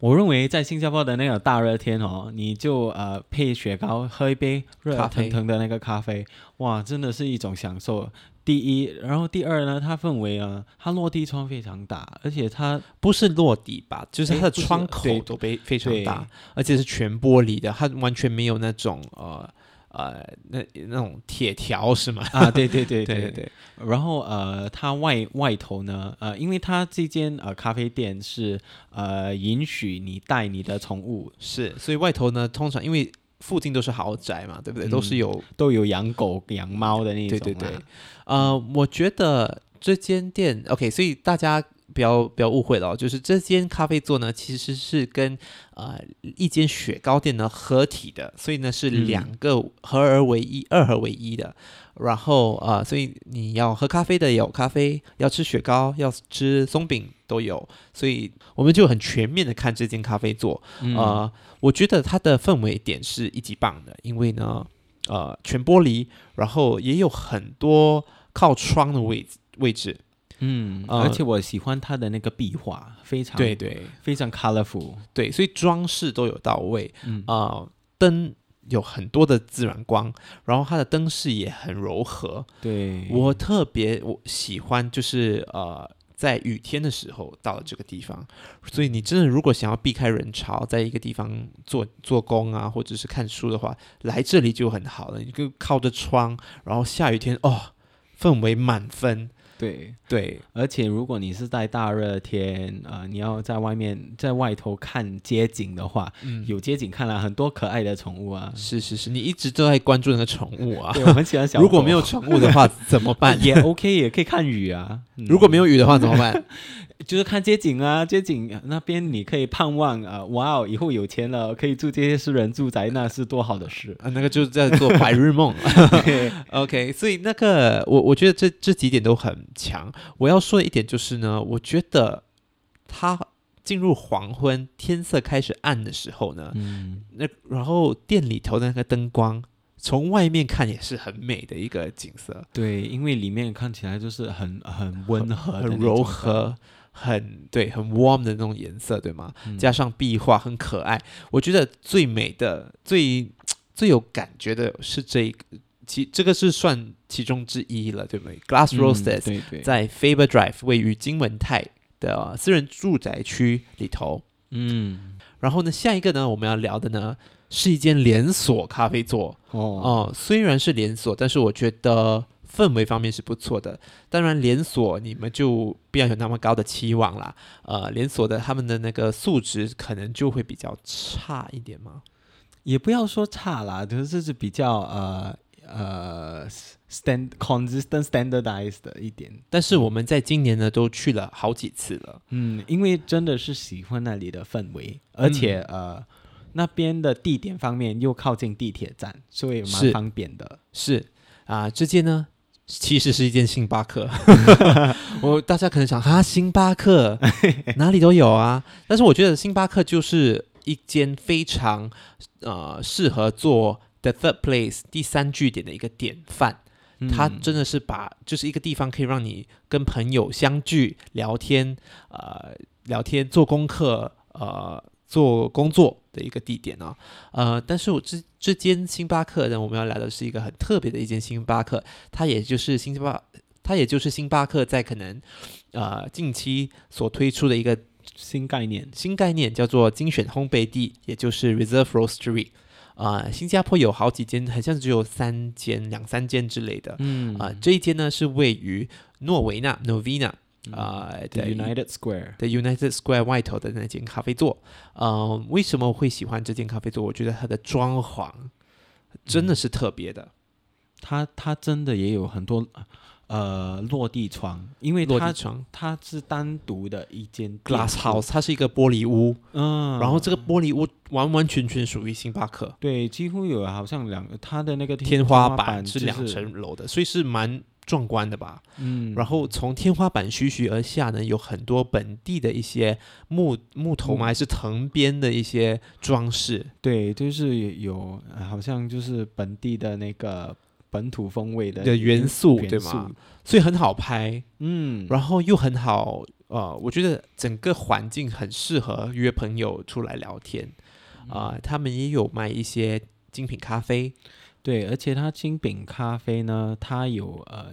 [SPEAKER 2] 我认为在新加坡的那种大热天哦，你就呃配雪糕喝一杯热
[SPEAKER 1] 咖啡
[SPEAKER 2] 腾腾的那个咖啡，哇，真的是一种享受。第一，然后第二呢，它氛围啊，它落地窗非常大，而且它 [LAUGHS]
[SPEAKER 1] 不是落地吧，就是
[SPEAKER 2] 诶
[SPEAKER 1] 它的
[SPEAKER 2] 不是
[SPEAKER 1] 窗口
[SPEAKER 2] 对
[SPEAKER 1] 都非非常
[SPEAKER 2] 对
[SPEAKER 1] 大，而且是全玻璃的，它完全没有那种呃呃那那种铁条是吗？ [LAUGHS]
[SPEAKER 2] 啊，对对对
[SPEAKER 1] 对
[SPEAKER 2] 对
[SPEAKER 1] 对，
[SPEAKER 2] 然后呃，它外外头呢，呃，因为它这间呃咖啡店是呃允许你带你的宠物，
[SPEAKER 1] 是，所以外头呢，通常因为附近都是豪宅嘛，对不对？都是
[SPEAKER 2] 嗯
[SPEAKER 1] 有
[SPEAKER 2] 都有养狗养猫的那种、
[SPEAKER 1] 对
[SPEAKER 2] 啊，
[SPEAKER 1] 对对，呃，我觉得这间店 OK，所以大家不要不要误会了哦，就是这间咖啡座呢，其实是跟呃一间雪糕店呢合体的，所以呢是
[SPEAKER 2] 嗯
[SPEAKER 1] 两个合而为一，二合为一的。然后呃，所以你要喝咖啡的有咖啡，要吃雪糕，要吃松饼都有，所以我们就很全面的看这间咖啡座。
[SPEAKER 2] 嗯
[SPEAKER 1] 呃，我觉得它的氛围点是一级棒的，因为呢，呃，全玻璃，然后也有很多靠窗的位置位置，
[SPEAKER 2] 嗯，
[SPEAKER 1] 呃
[SPEAKER 2] 而且我喜欢它的那个壁画，非常
[SPEAKER 1] 对对
[SPEAKER 2] 非常 colorful。
[SPEAKER 1] 嗯对，所以装饰都有到位，
[SPEAKER 2] 嗯
[SPEAKER 1] 呃，灯有很多的自然光，然后它的灯饰也很柔和，
[SPEAKER 2] 对，
[SPEAKER 1] 我特别我喜欢就是呃。在雨天的时候到了这个地方，所以你真的如果想要避开人潮，在一个地方做做工啊，或者是看书的话，来这里就很好了。你就靠着窗，然后下雨天哦，氛围满分。
[SPEAKER 2] 对，
[SPEAKER 1] 对，
[SPEAKER 2] 而且如果你是在大热天啊、呃你要在外面在外头看街景的话，
[SPEAKER 1] 嗯，
[SPEAKER 2] 有街景看了、很多可爱的宠物 [LAUGHS] 啊。
[SPEAKER 1] 是是是，你一直都在关注那个宠物啊。 [LAUGHS]
[SPEAKER 2] 对，我很喜欢小狗。？
[SPEAKER 1] 如果没有宠物的话，怎么办
[SPEAKER 2] [LAUGHS] 也 OK，也可以看雨啊。嗯
[SPEAKER 1] [LAUGHS] 如果没有雨的话怎么办？。
[SPEAKER 2] 就是看街景啊，街景那边你可以盼望啊、呃哇哦，以后有钱了可以住这些私人住宅，那是多好的事
[SPEAKER 1] [LAUGHS]
[SPEAKER 2] [LAUGHS]
[SPEAKER 1] 啊，那个就是在做白日梦。
[SPEAKER 2] 对
[SPEAKER 1] OK，所以那个我我觉得这这几点都很强。我要说的一点就是呢，我觉得它进入黄昏，天色开始暗的时候呢，
[SPEAKER 2] 嗯，
[SPEAKER 1] 那然后店里头的那个灯光，从外面看也是很美的一个景色，
[SPEAKER 2] 对，因为里面看起来就是很很温和哦的那
[SPEAKER 1] 很
[SPEAKER 2] 种感觉、
[SPEAKER 1] 柔和，很对，很 warm 的那种颜色，对吗？
[SPEAKER 2] 嗯
[SPEAKER 1] 加上壁画很可爱，我觉得最美的最。最有感觉的是这一个，其这个是算其中之一了，对不对？Glass
[SPEAKER 2] 嗯
[SPEAKER 1] Roses、
[SPEAKER 2] 对对，
[SPEAKER 1] 在 Faber Drive 位于金文泰的私人住宅区里头。
[SPEAKER 2] 嗯，
[SPEAKER 1] 然后呢，下一个呢，我们要聊的呢是一间连锁咖啡座
[SPEAKER 2] 哦，
[SPEAKER 1] 哦、虽然是连锁，但是我觉得氛围方面是不错的。当然，连锁你们就不要有那么高的期望啦。呃，连锁的他们的那个素质可能就会比较差一点嘛。
[SPEAKER 2] 也不要说差啦，就是这是比较呃呃 stand consistent standardized 的一点，
[SPEAKER 1] 但是我们在今年呢都去了好几次了，
[SPEAKER 2] 嗯，因为真的是喜欢那里的氛围，而且、
[SPEAKER 1] 嗯
[SPEAKER 2] 呃那边的地点方面又靠近地铁站，所以
[SPEAKER 1] 是
[SPEAKER 2] 蛮方便的。
[SPEAKER 1] 是啊，这间呢其实是一间星巴克，我大家可能想哈，星巴克哪里都有啊，但是我觉得星巴克就是一间非常呃适合做 the third place 第三据点的一个典范。它
[SPEAKER 2] 嗯
[SPEAKER 1] 真的是把就是一个地方可以让你跟朋友相聚、聊天、呃聊天、做功课、呃做工作的一个地点啊。呃，但是我这这间星巴克呢，我们要聊的是一个很特别的一间星巴克，它也就是星巴，它也就是星巴克在可能呃近期所推出的一个
[SPEAKER 2] 新概念，
[SPEAKER 1] 新概念叫做精选烘焙地，也就是 Reserve Roastery。啊、新加坡有好几间，好像只有三间、两三间之类的。
[SPEAKER 2] 嗯
[SPEAKER 1] 啊、这一间呢是位于诺维纳 （Novena） 啊、
[SPEAKER 2] The
[SPEAKER 1] 的
[SPEAKER 2] United Square，
[SPEAKER 1] 的 United Square 外头的那间咖啡座。呃，为什么会喜欢这间咖啡座？我觉得它的装潢真的是特别的，
[SPEAKER 2] 它它真的也有很多呃落地窗，因为
[SPEAKER 1] 落地
[SPEAKER 2] 它
[SPEAKER 1] 窗
[SPEAKER 2] 它是单独的一间店
[SPEAKER 1] glass house，它是一个玻璃屋，
[SPEAKER 2] 嗯，
[SPEAKER 1] 然后这个玻璃屋完完全全属于星巴克，
[SPEAKER 2] 对，几乎有好像两它的那个
[SPEAKER 1] 天
[SPEAKER 2] 花
[SPEAKER 1] 花板
[SPEAKER 2] 就是
[SPEAKER 1] 两，层楼的，所以是蛮壮观的吧。
[SPEAKER 2] 嗯，
[SPEAKER 1] 然后从天花板徐徐而下呢，有很多本地的一些木木头啊嘛，还是藤编的一些装饰。
[SPEAKER 2] 对，就是有呃好像就是本地的那个本土风味的
[SPEAKER 1] 的
[SPEAKER 2] 元
[SPEAKER 1] 元素
[SPEAKER 2] 元
[SPEAKER 1] 对
[SPEAKER 2] 素
[SPEAKER 1] 吗？所以很好拍，
[SPEAKER 2] 嗯，
[SPEAKER 1] 然后又很好，呃，我觉得整个环境很适合约朋友出来聊天，
[SPEAKER 2] 嗯
[SPEAKER 1] 啊、他们也有卖一些精品咖啡，
[SPEAKER 2] 对，而且它精品咖啡呢，它有呃，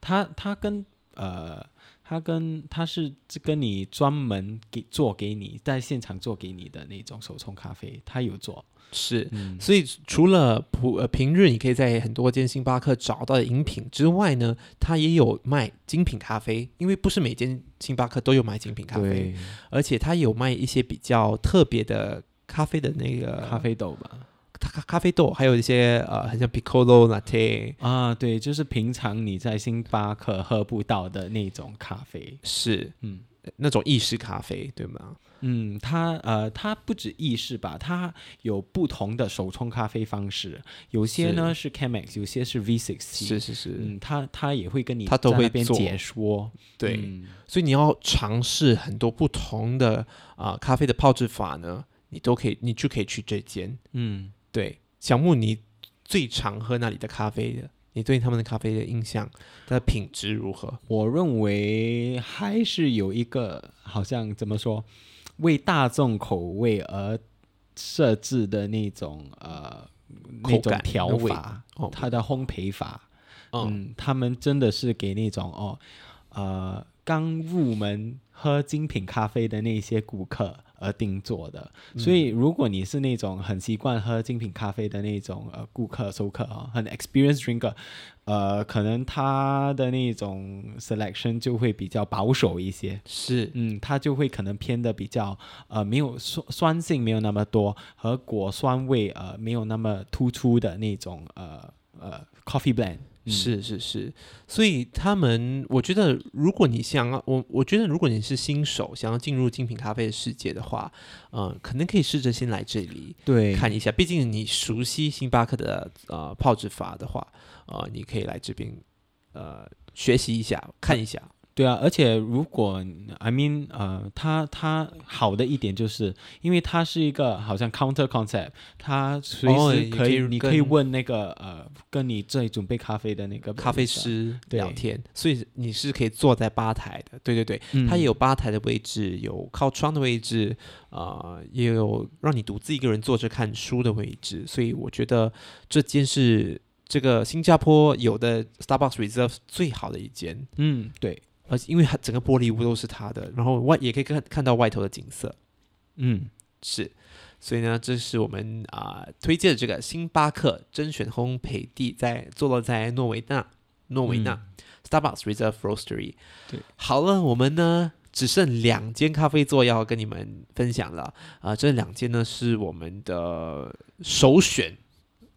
[SPEAKER 2] 它它跟呃，它跟它是跟你专门给做给你在现场做给你的那种手冲咖啡，它有做，
[SPEAKER 1] 是。
[SPEAKER 2] 嗯
[SPEAKER 1] 所以除了普呃平日你可以在很多间星巴克找到的饮品之外呢，它也有卖精品咖啡，因为不是每间星巴克都有卖精品咖啡，
[SPEAKER 2] 对，
[SPEAKER 1] 而且它有卖一些比较特别的咖啡的那个
[SPEAKER 2] 咖啡豆吧。
[SPEAKER 1] 咖咖啡豆，还有一些呃很像 Piccolo Latte，
[SPEAKER 2] 啊，对，就是平常你在星巴克喝不到的那种咖啡。
[SPEAKER 1] 是
[SPEAKER 2] 嗯
[SPEAKER 1] 那种意式咖啡，对吗？
[SPEAKER 2] 嗯，它呃，它不止意式吧，它有不同的手冲咖啡方式，有些呢是 Chemex，有些是 V 6 c
[SPEAKER 1] 是是是，
[SPEAKER 2] 嗯，他他也会跟你
[SPEAKER 1] 他都
[SPEAKER 2] 在那
[SPEAKER 1] 会
[SPEAKER 2] 边
[SPEAKER 1] 做
[SPEAKER 2] 解说，
[SPEAKER 1] 对，
[SPEAKER 2] 嗯
[SPEAKER 1] 所以你要尝试很多不同的啊、咖啡的泡制法呢，你都可以，你就可以去这间。
[SPEAKER 2] 嗯
[SPEAKER 1] 对，小木，你最常喝那里的咖啡的？你对他们的咖啡的印象，它的品质如何？
[SPEAKER 2] 我认为还是有一个好像怎么说，为大众口味而设置的那种呃那
[SPEAKER 1] 口
[SPEAKER 2] 种
[SPEAKER 1] 感
[SPEAKER 2] 调
[SPEAKER 1] 那味
[SPEAKER 2] 法，
[SPEAKER 1] 哦
[SPEAKER 2] 它的烘焙法，
[SPEAKER 1] 嗯，
[SPEAKER 2] 嗯，他们真的是给那种哦，呃，刚入门喝精品咖啡的那些顾客而定做的。所以，如果你是那种很习惯喝精品咖啡的那种呃顾客、收客啊、很 experienced drinker，呃，可能他的那种 selection 就会比较保守一些。
[SPEAKER 1] 是
[SPEAKER 2] 嗯，它就会可能偏的比较呃没有酸酸性没有那么多，和果酸味呃没有那么突出的那种呃呃 coffee blend。嗯
[SPEAKER 1] 是是是，所以他们，我觉得，如果你想要，我我觉得，如果你是新手，想要进入精品咖啡的世界的话，嗯、可能可以试着先来这里，
[SPEAKER 2] 对，
[SPEAKER 1] 看一下，毕竟你熟悉星巴克的呃泡制法的话，呃，你可以来这边呃学习一下，看一下。
[SPEAKER 2] 对啊，而且如果 I mean 呃，它它好的一点就是，因为它是一个好像 counter concept，它随
[SPEAKER 1] 哦
[SPEAKER 2] 时
[SPEAKER 1] 也
[SPEAKER 2] 可
[SPEAKER 1] 可
[SPEAKER 2] 以、
[SPEAKER 1] 以
[SPEAKER 2] 你
[SPEAKER 1] 跟
[SPEAKER 2] 可以问那个呃跟你这里准备咖啡的那个
[SPEAKER 1] 咖啡
[SPEAKER 2] barista，
[SPEAKER 1] 师
[SPEAKER 2] 对
[SPEAKER 1] 聊天，所以你是可以坐在吧台的。对对对，
[SPEAKER 2] 嗯
[SPEAKER 1] 它也有吧台的位置，有靠窗的位置，啊、也有让你独自一个人坐着看书的位置。所以我觉得这间是这个新加坡有的 Starbucks Reserve 最好的一间，
[SPEAKER 2] 嗯对
[SPEAKER 1] 而且因为它整个玻璃屋都是它的，然后外也可以看看到外头的景色。
[SPEAKER 2] 嗯
[SPEAKER 1] 是，所以呢，这是我们啊、推荐的这个星巴克甄选烘焙地在坐落在诺维纳，诺维
[SPEAKER 2] 嗯
[SPEAKER 1] 纳、Starbucks Reserve Roastery。
[SPEAKER 2] 对，
[SPEAKER 1] 好了，我们呢只剩两间咖啡座要跟你们分享了啊、这两间呢是我们的首选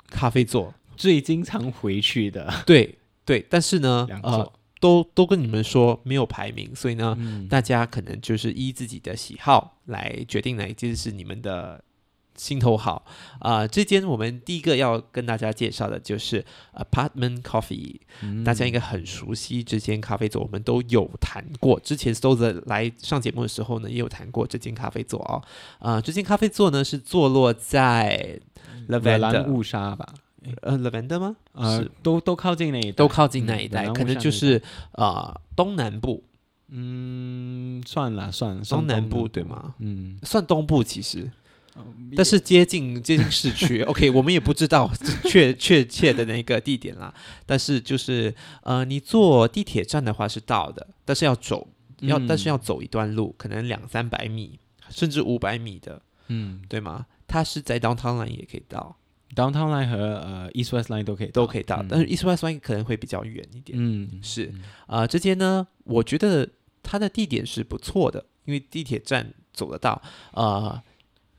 [SPEAKER 1] 咖啡
[SPEAKER 2] [LAUGHS]
[SPEAKER 1] 座，
[SPEAKER 2] 最经常回去的
[SPEAKER 1] 对对，但是呢
[SPEAKER 2] 两，座。
[SPEAKER 1] 呃，都都跟你们说没有排名，所以呢，
[SPEAKER 2] 嗯，
[SPEAKER 1] 大家可能就是依自己的喜好来决定哪一间是你们的心头好啊、这间我们第一个要跟大家介绍的就是 Apartment Coffee，、
[SPEAKER 2] [LAUGHS] 嗯
[SPEAKER 1] 大家应该很熟悉这间咖啡座，我们都有谈过。之前 s t o z e 来上节目的时候呢，也有谈过这间咖啡座哦。啊、这间咖啡座呢是坐落在嗯 Lavender
[SPEAKER 2] 兰雾沙吧，
[SPEAKER 1] 呃 Lavender 吗？
[SPEAKER 2] 呃
[SPEAKER 1] 是，
[SPEAKER 2] 都都靠近那一带
[SPEAKER 1] 都靠近那一
[SPEAKER 2] 嗯
[SPEAKER 1] 带，
[SPEAKER 2] 兰雾
[SPEAKER 1] 可能
[SPEAKER 2] 山
[SPEAKER 1] 就
[SPEAKER 2] 那一
[SPEAKER 1] 是啊、呃东南部，
[SPEAKER 2] 嗯，算了算了，算
[SPEAKER 1] 东南
[SPEAKER 2] 部
[SPEAKER 1] 部对？吗？
[SPEAKER 2] 嗯，
[SPEAKER 1] 算东部其实。但
[SPEAKER 2] 但
[SPEAKER 1] 是接近接近市区，OK，我
[SPEAKER 2] [LAUGHS]
[SPEAKER 1] 们也不知道确确切的那个地点啦。但是就是呃，你坐地铁站的话是到的，但是要走要、但
[SPEAKER 2] 嗯
[SPEAKER 1] 是要走一段路，可能两三百米甚至五百米的，
[SPEAKER 2] 嗯
[SPEAKER 1] 对吗？它是在 downtown line 也可以到，
[SPEAKER 2] ，downtown line 和呃 east west line 都可以
[SPEAKER 1] 都可以到，
[SPEAKER 2] 嗯
[SPEAKER 1] 但是 east west line 可能会比较远一点。
[SPEAKER 2] 嗯
[SPEAKER 1] 是啊、这间呢，我觉得它的地点是不错的，因为地铁站走得到，呃，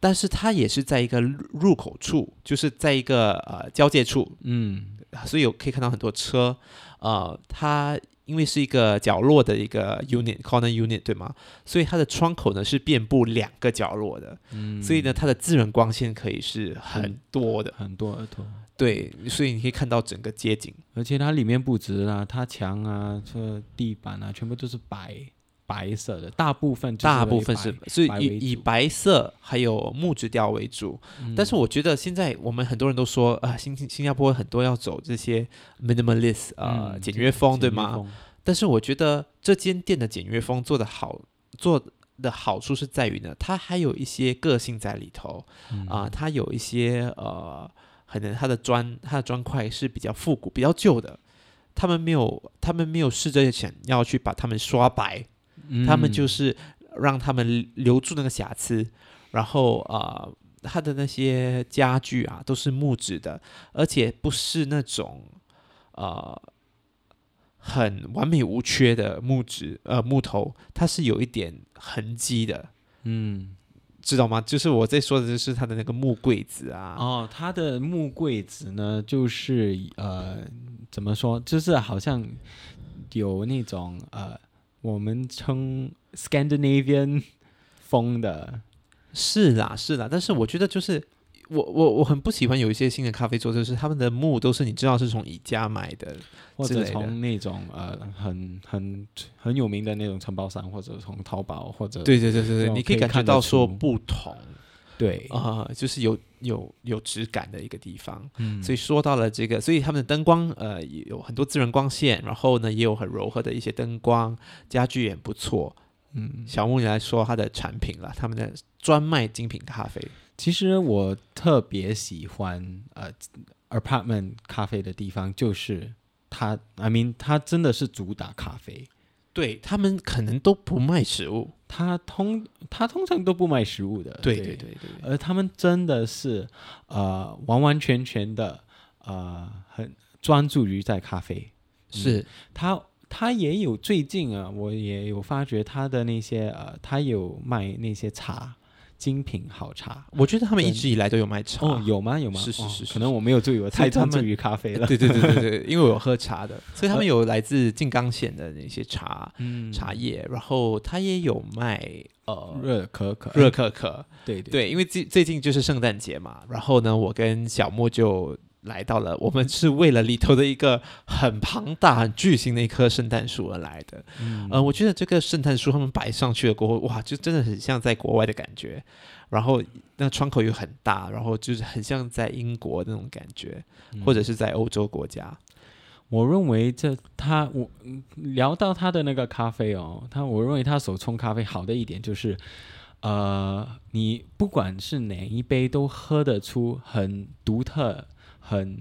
[SPEAKER 1] 但是它也是在一个入入口处，就是在一个呃交界处，
[SPEAKER 2] 嗯
[SPEAKER 1] 所以我可以看到很多车，呃，它因为是一个角落的一个 unit corner unit 对吗？所以它的窗口呢是遍布两个角落的，
[SPEAKER 2] 嗯，
[SPEAKER 1] 所以呢，它的自然光线可以是很
[SPEAKER 2] 很
[SPEAKER 1] 多的，
[SPEAKER 2] 很多很多，
[SPEAKER 1] 对，所以你可以看到整个街景。
[SPEAKER 2] 而且它里面布置啊，它墙啊、这地板啊，全部都是白白色的，大部分就是
[SPEAKER 1] 大
[SPEAKER 2] 为
[SPEAKER 1] 部分是
[SPEAKER 2] 白，
[SPEAKER 1] 所以
[SPEAKER 2] 白为
[SPEAKER 1] 以以
[SPEAKER 2] 主嗯
[SPEAKER 1] 白色还有木质调为主。但是我觉得现在我们很多人都说啊、新新加坡很多要走这些 minimalist 呃、
[SPEAKER 2] 嗯
[SPEAKER 1] 简约风，对
[SPEAKER 2] 简约
[SPEAKER 1] 吗？
[SPEAKER 2] 风？
[SPEAKER 1] 但是我觉得这间店的简约风做的好，做的好处是在于呢，它还有一些个性在里头
[SPEAKER 2] 嗯
[SPEAKER 1] 啊、它有一些呃，可能它的砖它的砖块是比较复古、比较旧的。他们没有，他们没有试着想要去把它们刷白，他们就
[SPEAKER 2] 嗯
[SPEAKER 1] 是让他们留住那个瑕疵，然后啊，呃他的那些家具啊都是木质的，而且不是那种呃很完美无缺的木质呃木头，它是有一点痕迹的，
[SPEAKER 2] 嗯
[SPEAKER 1] 知道吗？就是我在说的就是它的那个木柜子啊，
[SPEAKER 2] 哦，它的木柜子呢，就是呃，怎么说，就是好像有那种呃，我们称 Scandinavian [LAUGHS] 风的，
[SPEAKER 1] 是啦，是啦，但是我觉得就是我我我很不喜欢有一些新的咖啡桌，就是他们的木都是你知道是从宜家买的，
[SPEAKER 2] 或
[SPEAKER 1] 之
[SPEAKER 2] 者
[SPEAKER 1] 类的
[SPEAKER 2] 从那种呃很很很有名的那种承包商，或者从淘宝或者
[SPEAKER 1] 对对对对对，
[SPEAKER 2] 我
[SPEAKER 1] 你
[SPEAKER 2] 可
[SPEAKER 1] 可以
[SPEAKER 2] 以
[SPEAKER 1] 感觉
[SPEAKER 2] 看得
[SPEAKER 1] 到说
[SPEAKER 2] 出
[SPEAKER 1] 不同
[SPEAKER 2] 对，
[SPEAKER 1] 啊、就是有有有质感的一个地方。
[SPEAKER 2] 嗯
[SPEAKER 1] 所以说到了这个，所以他们的灯光呃也有很多自然光线，然后呢也有很柔和的一些灯光，家具也不错。
[SPEAKER 2] 嗯，
[SPEAKER 1] 小木来说它的产品了，他们的专卖精品咖啡。
[SPEAKER 2] 其实我特别喜欢呃 apartment 咖啡的地方，就是它，I mean，它真的是主打咖啡。
[SPEAKER 1] 对他们可能都不卖食物，
[SPEAKER 2] 他通他通常都不卖食物的，
[SPEAKER 1] 呃对对对对，
[SPEAKER 2] 而他们真的是呃完完全全的呃很专注于在咖啡，
[SPEAKER 1] 是
[SPEAKER 2] 他他也有最近啊，我也有发觉他的那些呃，他有卖那些茶精品好茶。
[SPEAKER 1] 我觉得他们一直以来都有卖茶，
[SPEAKER 2] 哦，
[SPEAKER 1] [LAUGHS]
[SPEAKER 2] 有吗？有吗？
[SPEAKER 1] 是是
[SPEAKER 2] 哦
[SPEAKER 1] 是是
[SPEAKER 2] 可能我没有注意，
[SPEAKER 1] 所
[SPEAKER 2] 我
[SPEAKER 1] 以
[SPEAKER 2] 太
[SPEAKER 1] 他
[SPEAKER 2] 专
[SPEAKER 1] 们
[SPEAKER 2] 注于咖啡了。
[SPEAKER 1] 对对对对对，因为我有喝茶的，所以他们有来自静冈县的那些茶，
[SPEAKER 2] 嗯
[SPEAKER 1] 茶叶，然后它也有卖呃
[SPEAKER 2] 热可可，
[SPEAKER 1] 热可可，
[SPEAKER 2] 对对
[SPEAKER 1] 对，因为最最近就是圣诞节嘛，然后呢，我跟小莫就来到了，我们是为了里头的一个很庞大、很巨型的一棵圣诞树而来的。
[SPEAKER 2] 嗯
[SPEAKER 1] 呃，我觉得这个圣诞树他们摆上去了过后，哇，就真的很像在国外的感觉。然后那窗口又很大，然后就是很像在英国那种感觉，或者是在欧洲国家。
[SPEAKER 2] 我认为这他我嗯聊到他的那个咖啡哦，他我认为他手冲咖啡好的一点就是，呃，你不管是哪一杯都喝得出很独特，很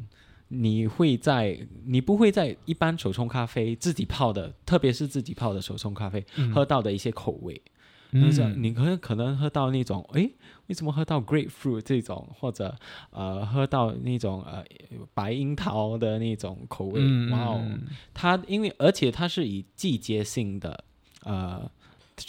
[SPEAKER 2] 你会在你不会在一般手冲咖啡自己泡的，特别是自己泡的手冲咖啡、
[SPEAKER 1] 嗯
[SPEAKER 2] 喝到的一些口味。就是你可能可能喝到那种，诶，为什么喝到 grapefruit 这种，或者呃喝到那种呃白樱桃的那种口味，
[SPEAKER 1] 嗯
[SPEAKER 2] 哇哦，它因为而且它是以季节性的呃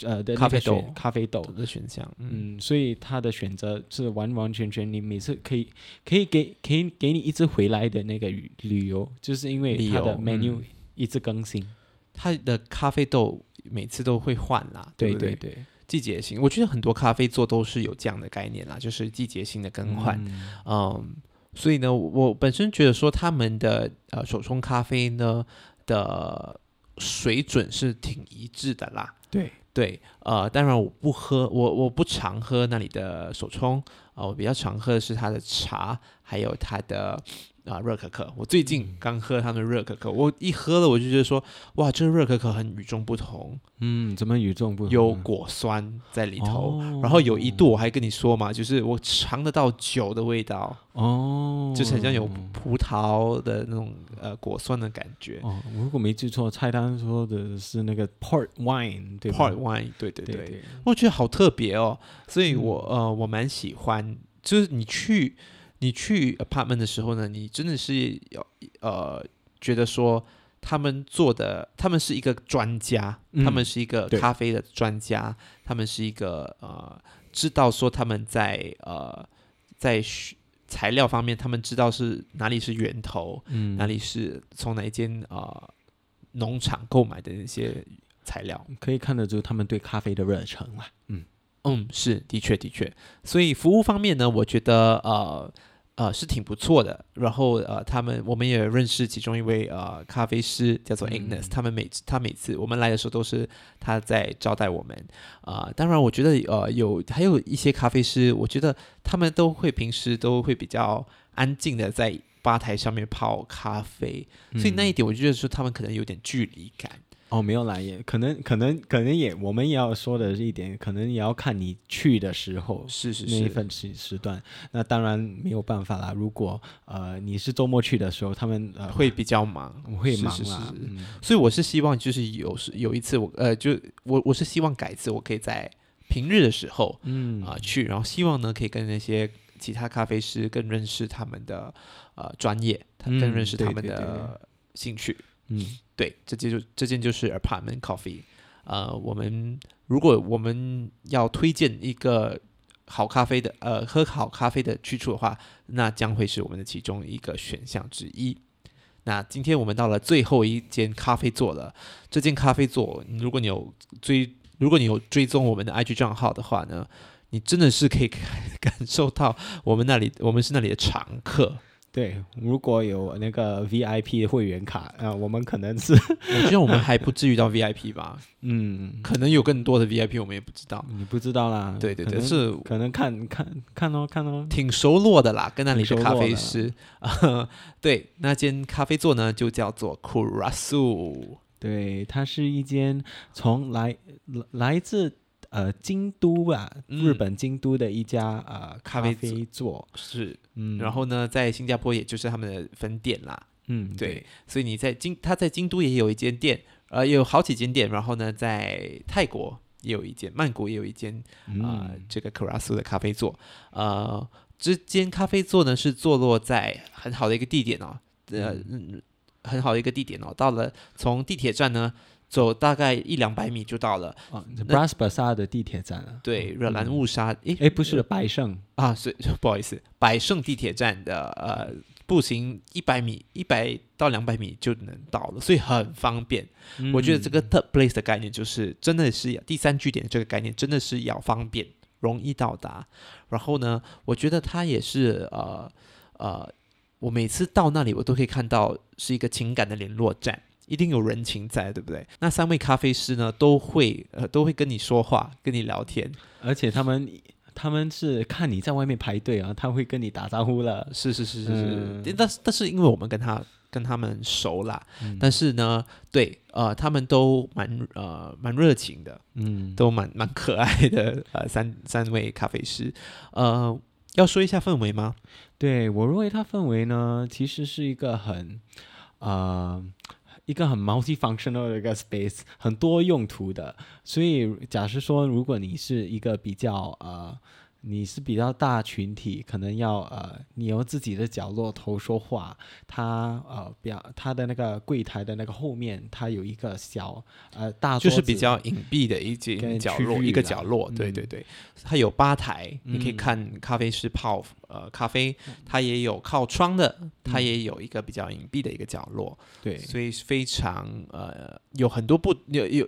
[SPEAKER 2] 呃的那个
[SPEAKER 1] 咖啡
[SPEAKER 2] 选
[SPEAKER 1] 豆
[SPEAKER 2] 咖啡豆
[SPEAKER 1] 懂，的选项，嗯
[SPEAKER 2] 嗯，所以它的选择是完完全全你每次可以可以给可以给你一直回来的那个旅旅游，就是因为
[SPEAKER 1] 理
[SPEAKER 2] 它的
[SPEAKER 1] 由
[SPEAKER 2] menu
[SPEAKER 1] 嗯
[SPEAKER 2] 一直更新，
[SPEAKER 1] 它的咖啡豆每次都会换啦，
[SPEAKER 2] 对
[SPEAKER 1] 不对
[SPEAKER 2] 对对，
[SPEAKER 1] 季节性，我觉得很多咖啡座都是有这样的概念啦，就是季节性的更换。
[SPEAKER 2] 嗯
[SPEAKER 1] 嗯，所以呢，我本身觉得说他们的呃手冲咖啡呢的水准是挺一致的啦。
[SPEAKER 2] 对，
[SPEAKER 1] 对，呃，当然我不喝，我我不常喝那里的手冲，啊、我比较常喝的是它的茶，还有它的啊、热可可。我最
[SPEAKER 2] 嗯
[SPEAKER 1] 近刚喝他们的热可可，我一喝了我就觉得说，哇，这热可可很与众不同，
[SPEAKER 2] 嗯，怎么与众不同
[SPEAKER 1] 有
[SPEAKER 2] 呢
[SPEAKER 1] 果酸在里头。
[SPEAKER 2] 哦
[SPEAKER 1] 然后有一度我还跟你说嘛，就是我尝得到酒的味道，
[SPEAKER 2] 哦，
[SPEAKER 1] 就是很像有葡萄的那种呃果酸的感觉。
[SPEAKER 2] 哦，我如果没记错，菜单说的是那个 port wine，对吧
[SPEAKER 1] Part wine，对对
[SPEAKER 2] 对
[SPEAKER 1] 对，我觉得好特别哦，所以
[SPEAKER 2] 嗯
[SPEAKER 1] 我、呃我蛮喜欢，就是你去你去 apartment 的时候呢，你真的是要呃觉得说他们做的，他们是一个专家，
[SPEAKER 2] 嗯
[SPEAKER 1] 他们是一个
[SPEAKER 2] 对
[SPEAKER 1] 咖啡的专家，他们是一个呃知道说他们在呃在需材料方面，他们知道是哪里是源头，
[SPEAKER 2] 嗯，
[SPEAKER 1] 哪里是从哪一间呃农场购买的那些材料。
[SPEAKER 2] 可以看得出他们对咖啡的热忱啦。嗯
[SPEAKER 1] 嗯，是的确的确，所以服务方面呢，我觉得呃呃是挺不错的。然后呃，他们我们也认识其中一位呃咖啡师，叫做 Agnes，、
[SPEAKER 2] 嗯
[SPEAKER 1] 他们每次他每次我们来的时候都是他在招待我们啊、呃当然，我觉得呃有还有一些咖啡师，我觉得他们都会平时都会比较安静的在吧台上面泡咖啡，所以那一
[SPEAKER 2] 嗯
[SPEAKER 1] 点我就觉得说他们可能有点距离感。
[SPEAKER 2] 哦，没有啦，也可能可能可能也，我们也要说的是一点，可能也要看你去的时候。
[SPEAKER 1] 是是
[SPEAKER 2] 那一
[SPEAKER 1] 是，
[SPEAKER 2] 份时时段，那当然没有办法啦。如果呃你是周末去的时候，他们呃
[SPEAKER 1] 会比较忙，
[SPEAKER 2] 会
[SPEAKER 1] 是
[SPEAKER 2] 忙
[SPEAKER 1] 是是
[SPEAKER 2] 啦
[SPEAKER 1] 是。
[SPEAKER 2] 嗯
[SPEAKER 1] 所以我是希望，就是有时有一次我呃，就我我是希望改次我可以在平日的时候
[SPEAKER 2] 嗯
[SPEAKER 1] 啊、去，然后希望呢可以跟那些其他咖啡师更认识他们的呃专业，他更认识
[SPEAKER 2] 嗯对
[SPEAKER 1] 他们
[SPEAKER 2] 对对
[SPEAKER 1] 的兴趣。
[SPEAKER 2] 嗯
[SPEAKER 1] 对，这件就这件就是 Apartment Coffee。呃，我们如果我们要推荐一个好咖啡的呃喝好咖啡的去处的话，那将会是我们的其中一个选项之一。那今天我们到了最后一间咖啡座了。这间咖啡座，嗯如果你有追，如果你有追踪我们的 IG 账号的话呢，你真的是可以 [LAUGHS] 感受到我们那里我们是那里的常客。
[SPEAKER 2] 对，如果有那个 VIP 会员卡，呃，我们可能是 [LAUGHS]
[SPEAKER 1] 我觉得我们还不至于到 VIP 吧，
[SPEAKER 2] 嗯，
[SPEAKER 1] 可能有更多的 VIP 我们也不知道。
[SPEAKER 2] 你不知道啦。
[SPEAKER 1] 对对
[SPEAKER 2] 嗯可
[SPEAKER 1] 对，
[SPEAKER 2] 能
[SPEAKER 1] 是
[SPEAKER 2] 可能看看看哦看哦。
[SPEAKER 1] 挺熟络的啦，跟那里
[SPEAKER 2] 挺
[SPEAKER 1] 的
[SPEAKER 2] 熟
[SPEAKER 1] 咖
[SPEAKER 2] 络
[SPEAKER 1] 啡
[SPEAKER 2] 的
[SPEAKER 1] 师。 [LAUGHS] 对，那间咖啡座呢就叫做 Kurasu。
[SPEAKER 2] 对，它是一间从来来来自呃京都吧，
[SPEAKER 1] 嗯
[SPEAKER 2] 日本京都的一家呃
[SPEAKER 1] 咖
[SPEAKER 2] 咖
[SPEAKER 1] 啡
[SPEAKER 2] 啡座。
[SPEAKER 1] 是，
[SPEAKER 2] 嗯，
[SPEAKER 1] 然后呢，在新加坡也就是他们的分店啦，
[SPEAKER 2] 嗯
[SPEAKER 1] 对所以你在京，他在京都也有一间店，呃，也有好几间店，然后呢，在泰国也有一间，曼谷也有一间，啊、
[SPEAKER 2] 啊
[SPEAKER 1] 这个 Kurasu 的咖啡座，呃，这间咖啡座呢是坐落在很好的一个地点哦，呃，嗯很好的一个地点哦。到了从地铁站呢走大概一两百米就到了，
[SPEAKER 2] 哦 b r a s b a s a 的地铁站啊。
[SPEAKER 1] 对，热兰
[SPEAKER 2] 嗯
[SPEAKER 1] 雾沙，诶
[SPEAKER 2] 哎，不是白胜，
[SPEAKER 1] 啊，是 [LAUGHS] 不好意思，百胜地铁站的呃步行一百米，一百到两百米就能到了，所以很方便。嗯我觉得这个 third place 的概念就是真的是要第三据点这个概念真的是要方便、容易到达。然后呢，我觉得它也是呃呃，我每次到那里，我都可以看到是一个情感的联络站，一定有人情在，对不对？那三位咖啡师呢，都会呃都会跟你说话，跟你聊天，
[SPEAKER 2] 嗯而且他们他们是看你在外面排队啊，他会跟你打招呼了。
[SPEAKER 1] 是是是是
[SPEAKER 2] 嗯
[SPEAKER 1] 是，但是但是因为我们跟他跟他们熟啦，但是呢，对呃，他们都蛮呃蛮热情的，
[SPEAKER 2] 嗯，
[SPEAKER 1] 都蛮蛮可爱的，呃，三三位咖啡师，呃，要说一下氛围吗？
[SPEAKER 2] 对我认为它氛围呢，其实是一个很呃一个很 multifunctional 的一个 space，很多用途的。所以假设说，如果你是一个比较呃。你是比较大群体，可能要呃，你由自己的角落头说话。他呃，表他的那个柜台的那个后面，它有一个小呃大
[SPEAKER 1] 就
[SPEAKER 2] 桌
[SPEAKER 1] 是比
[SPEAKER 2] 子
[SPEAKER 1] 较隐蔽的一间
[SPEAKER 2] 跟
[SPEAKER 1] 角
[SPEAKER 2] 区
[SPEAKER 1] 落，
[SPEAKER 2] 域
[SPEAKER 1] 一个
[SPEAKER 2] 啦
[SPEAKER 1] 角落，对
[SPEAKER 2] 嗯
[SPEAKER 1] 对对，它有吧台，你可以
[SPEAKER 2] 嗯
[SPEAKER 1] 看咖啡师泡呃咖啡，它也有靠窗的，它也有一个比较隐蔽的一个角落，
[SPEAKER 2] 嗯对，
[SPEAKER 1] 所以是非常呃有很多不有有。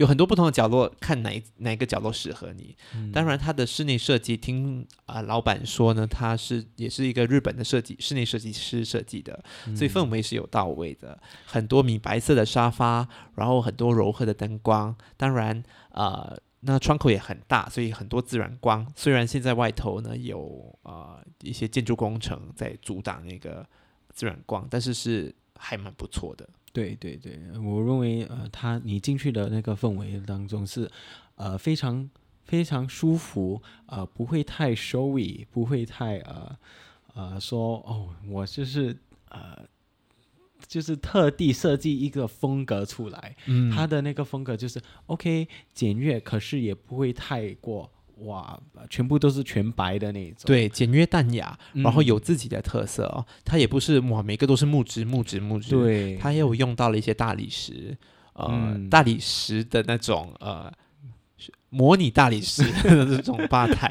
[SPEAKER 1] 有很多不同的角落，看哪一哪一个角落适合你。
[SPEAKER 2] 嗯
[SPEAKER 1] 当然，它的室内设计，听啊、呃老板说呢，他是也是一个日本的设计室内设计师设计的，
[SPEAKER 2] 嗯
[SPEAKER 1] 所以氛围是有到位的。很多米白色的沙发，然后很多柔和的灯光，当然呃。那窗口也很大，所以很多自然光。虽然现在外头呢有呃一些建筑工程在阻挡那个自然光，但是是还蛮不错的。
[SPEAKER 2] 对对对，我认为呃，它你进去的那个氛围当中是，呃，非常非常舒服，呃，不会太 showy，不会太呃呃说哦，我就是呃就是特地设计一个风格出来，
[SPEAKER 1] 嗯
[SPEAKER 2] 它的那个风格就是 OK 简约，可是也不会太过哇，全部都是全白的那种。
[SPEAKER 1] 对简约淡雅，
[SPEAKER 2] 嗯，
[SPEAKER 1] 然后有自己的特色哦。它也不是哇，每个都是木质木质木质，，
[SPEAKER 2] 对
[SPEAKER 1] 它也有用到了一些大理石，呃，
[SPEAKER 2] 嗯
[SPEAKER 1] 大理石的那种呃。是模拟大理
[SPEAKER 2] [LAUGHS]
[SPEAKER 1] 石的这种吧台，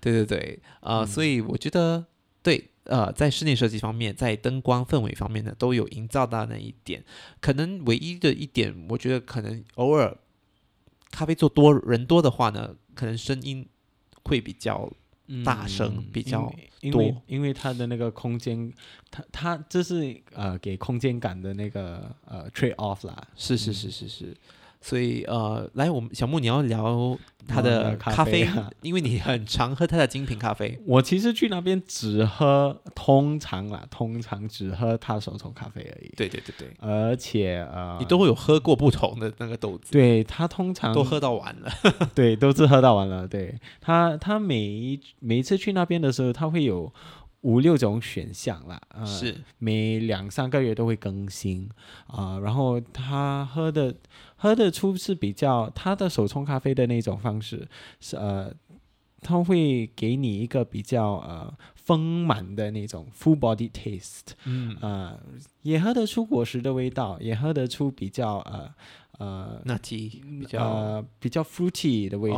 [SPEAKER 1] 对对对，呃，
[SPEAKER 2] 嗯
[SPEAKER 1] 所以我觉得对，呃，在室内设计方面，在灯光氛围方面呢，都有营造到那一点。可能唯一的一点，我觉得可能偶尔咖啡座多人多的话呢，可能声音会比较大声
[SPEAKER 2] 嗯
[SPEAKER 1] 比
[SPEAKER 2] 因
[SPEAKER 1] 较
[SPEAKER 2] 为因为
[SPEAKER 1] 多
[SPEAKER 2] 因为它的那个空间，它它这是呃给空间感的那个呃 trade off 啦。
[SPEAKER 1] 是是是是是，所以呃，来，我们小木你要聊他
[SPEAKER 2] 聊
[SPEAKER 1] 的
[SPEAKER 2] 聊咖
[SPEAKER 1] 咖啡，
[SPEAKER 2] 啡啊
[SPEAKER 1] 因为你很常喝他的精品咖
[SPEAKER 2] [LAUGHS]
[SPEAKER 1] 啡。
[SPEAKER 2] 我其实去那边只喝，通常啦，通常只喝他手冲咖啡而已，
[SPEAKER 1] 对对对对，
[SPEAKER 2] 而且呃，
[SPEAKER 1] 你都会有喝过不同的那个豆子，
[SPEAKER 2] 对啊他通常
[SPEAKER 1] 都喝到完了。
[SPEAKER 2] [LAUGHS] 对，都是喝到完了。对他，他每一每一次去那边的时候，他会有五六种选项啦，呃、
[SPEAKER 1] 是
[SPEAKER 2] 每两三个月都会更新啊、然后他喝的喝的出是比较他的手冲咖啡的那种方式，是呃，他会给你一个比较呃丰满的那种 full body taste，
[SPEAKER 1] 嗯，
[SPEAKER 2] 呃，也喝得出果实的味道，也喝得出比较呃呃
[SPEAKER 1] 那提比较、
[SPEAKER 2] 呃比较 fruity 的味道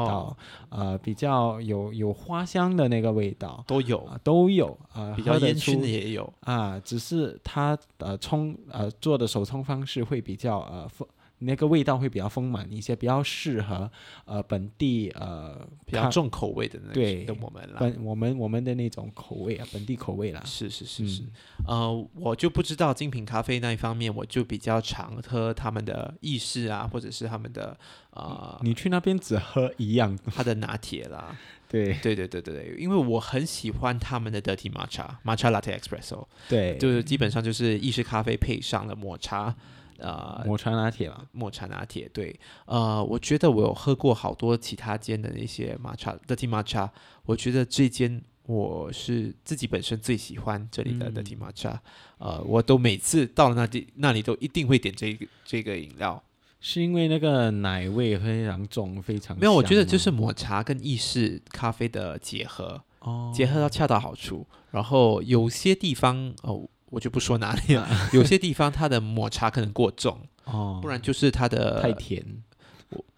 [SPEAKER 1] 哦，
[SPEAKER 2] 呃比较有有花香的那个味道
[SPEAKER 1] 都有，
[SPEAKER 2] 啊都有啊，
[SPEAKER 1] 比较
[SPEAKER 2] 喝得
[SPEAKER 1] 烟
[SPEAKER 2] 出
[SPEAKER 1] 熏的也有。
[SPEAKER 2] 啊，只是它呃冲呃做的手冲方式会比较呃丰。那个味道会比较丰满一些，比较适合呃本地呃
[SPEAKER 1] 比较
[SPEAKER 2] 它
[SPEAKER 1] 重口味的那
[SPEAKER 2] 对
[SPEAKER 1] 的我们啦，
[SPEAKER 2] 本我们我们的那种口味啊，本地口味啦。
[SPEAKER 1] 是是是是，
[SPEAKER 2] 嗯
[SPEAKER 1] 呃，我就不知道精品咖啡那一方面，我就比较常喝他们的意式啊，或者是他们的呃，
[SPEAKER 2] 你去那边只喝一样，
[SPEAKER 1] 他的拿铁啦，
[SPEAKER 2] 对
[SPEAKER 1] 对对对对对，因为我很喜欢他们的 Dirty Matcha Matcha Latte Espresso，
[SPEAKER 2] 对，
[SPEAKER 1] 就是基本上就是意式咖啡配上了抹茶，呃，
[SPEAKER 2] 抹茶拿铁啦。
[SPEAKER 1] 抹茶拿铁。对，呃，我觉得我有喝过好多其他间的一些抹茶 Dirty Matcha，我觉得这间我是自己本身最喜欢这里的
[SPEAKER 2] 嗯
[SPEAKER 1] Dirty Matcha，、呃，我都每次到了那地那里都一定会点这个这个饮料。
[SPEAKER 2] 是因为那个奶味非常重，非常
[SPEAKER 1] 没有，我觉得
[SPEAKER 2] 香
[SPEAKER 1] 就
[SPEAKER 2] 吗
[SPEAKER 1] 是抹茶跟意式咖啡的结合。
[SPEAKER 2] 哦，
[SPEAKER 1] 结合到恰到好处。然后有些地方哦，我就不说哪里
[SPEAKER 2] [LAUGHS]
[SPEAKER 1] 了，有些地方它的抹茶可能过重，
[SPEAKER 2] 哦，
[SPEAKER 1] 不然就是它的
[SPEAKER 2] 太甜，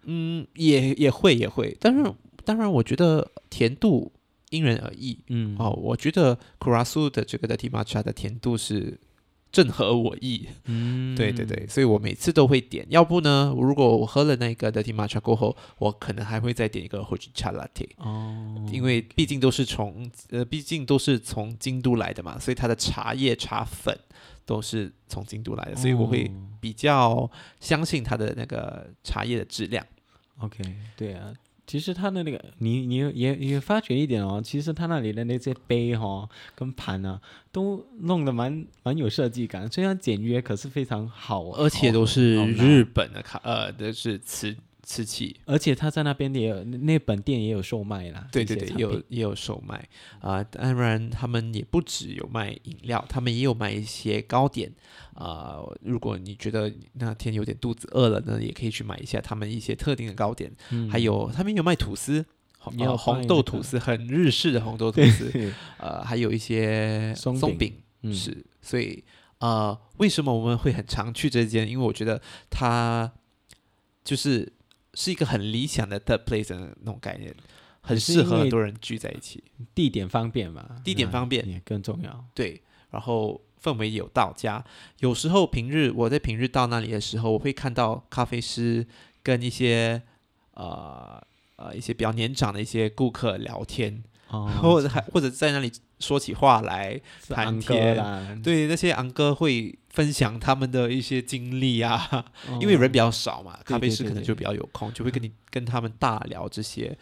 [SPEAKER 1] 嗯，也也会也会。但是当然，我觉得甜度因人而异。哦
[SPEAKER 2] 嗯
[SPEAKER 1] 哦，我觉得 k u r a s u 的这个的 t i m a c h a 的甜度是正合我意。
[SPEAKER 2] 嗯
[SPEAKER 1] 对对，对，所以我每次都会点，要不呢，如果我喝了那个 dirty matcha 过后，我可能还会再点一个 hojicha latte，
[SPEAKER 2] 哦，
[SPEAKER 1] 因为毕竟都是从呃，毕竟都是从京都来的嘛，所以它的茶叶、茶粉都是从京都来的，所以我会
[SPEAKER 2] 哦
[SPEAKER 1] 比较相信它的那个茶叶的质量。
[SPEAKER 2] OK，对啊，其实他的那个，你你也也发觉一点哦，其实他那里的那些杯哈、哦、跟盘啊，都弄得蛮蛮有设计感，虽然简约，可是非常好，
[SPEAKER 1] 哦
[SPEAKER 2] 啊哦
[SPEAKER 1] 而且
[SPEAKER 2] 好
[SPEAKER 1] 都是
[SPEAKER 2] 好拿
[SPEAKER 1] 日本的咖，呃，的是瓷瓷器，
[SPEAKER 2] 而且他在那边的也有那本店也有售卖啦，
[SPEAKER 1] 对
[SPEAKER 2] 这
[SPEAKER 1] 对
[SPEAKER 2] 些
[SPEAKER 1] 对，
[SPEAKER 2] 产
[SPEAKER 1] 也有
[SPEAKER 2] 品
[SPEAKER 1] 也有售卖啊、当然，他们也不只有卖饮料，他们也有卖一些糕点啊、如果你觉得那天有点肚子饿了呢，也可以去买一下他们一些特定的糕点，
[SPEAKER 2] 嗯
[SPEAKER 1] 还有他们有卖吐司。红
[SPEAKER 2] 也有
[SPEAKER 1] 呃
[SPEAKER 2] 卖
[SPEAKER 1] 红
[SPEAKER 2] 那
[SPEAKER 1] 豆
[SPEAKER 2] 个
[SPEAKER 1] 吐司很日式的红豆吐
[SPEAKER 2] 对
[SPEAKER 1] 司，呃，还有一些
[SPEAKER 2] 松
[SPEAKER 1] 松
[SPEAKER 2] 饼
[SPEAKER 1] 饼，
[SPEAKER 2] 嗯
[SPEAKER 1] 是，所以呃，为什么我们会很常去这间？因为我觉得它就是是一个很理想的 third place 的那种概念，很
[SPEAKER 2] 也是
[SPEAKER 1] 适
[SPEAKER 2] 因
[SPEAKER 1] 合很
[SPEAKER 2] 为
[SPEAKER 1] 多人聚在一起。
[SPEAKER 2] 地点方便嘛，
[SPEAKER 1] 地点
[SPEAKER 2] 那
[SPEAKER 1] 方便
[SPEAKER 2] 也更
[SPEAKER 1] [LAUGHS]
[SPEAKER 2] 重要。
[SPEAKER 1] 对，然后氛围有到家。有时候平日我在平日到那里的时候，我会看到咖啡师跟一些呃呃一些比较年长的一些顾客聊天，或
[SPEAKER 2] 哦，嗯
[SPEAKER 1] 者还或者在那里说起话来，
[SPEAKER 2] 是
[SPEAKER 1] 盘
[SPEAKER 2] 安哥
[SPEAKER 1] 贴
[SPEAKER 2] 啦，
[SPEAKER 1] 对那些昂哥会分享他们的一些经历啊，
[SPEAKER 2] 哦
[SPEAKER 1] 因为人比
[SPEAKER 2] 较
[SPEAKER 1] 较少嘛，
[SPEAKER 2] 对
[SPEAKER 1] 咖啡
[SPEAKER 2] 对
[SPEAKER 1] 师
[SPEAKER 2] 对
[SPEAKER 1] 可能
[SPEAKER 2] 对嗯
[SPEAKER 1] 就比较有空，就会跟你跟他们大聊这些，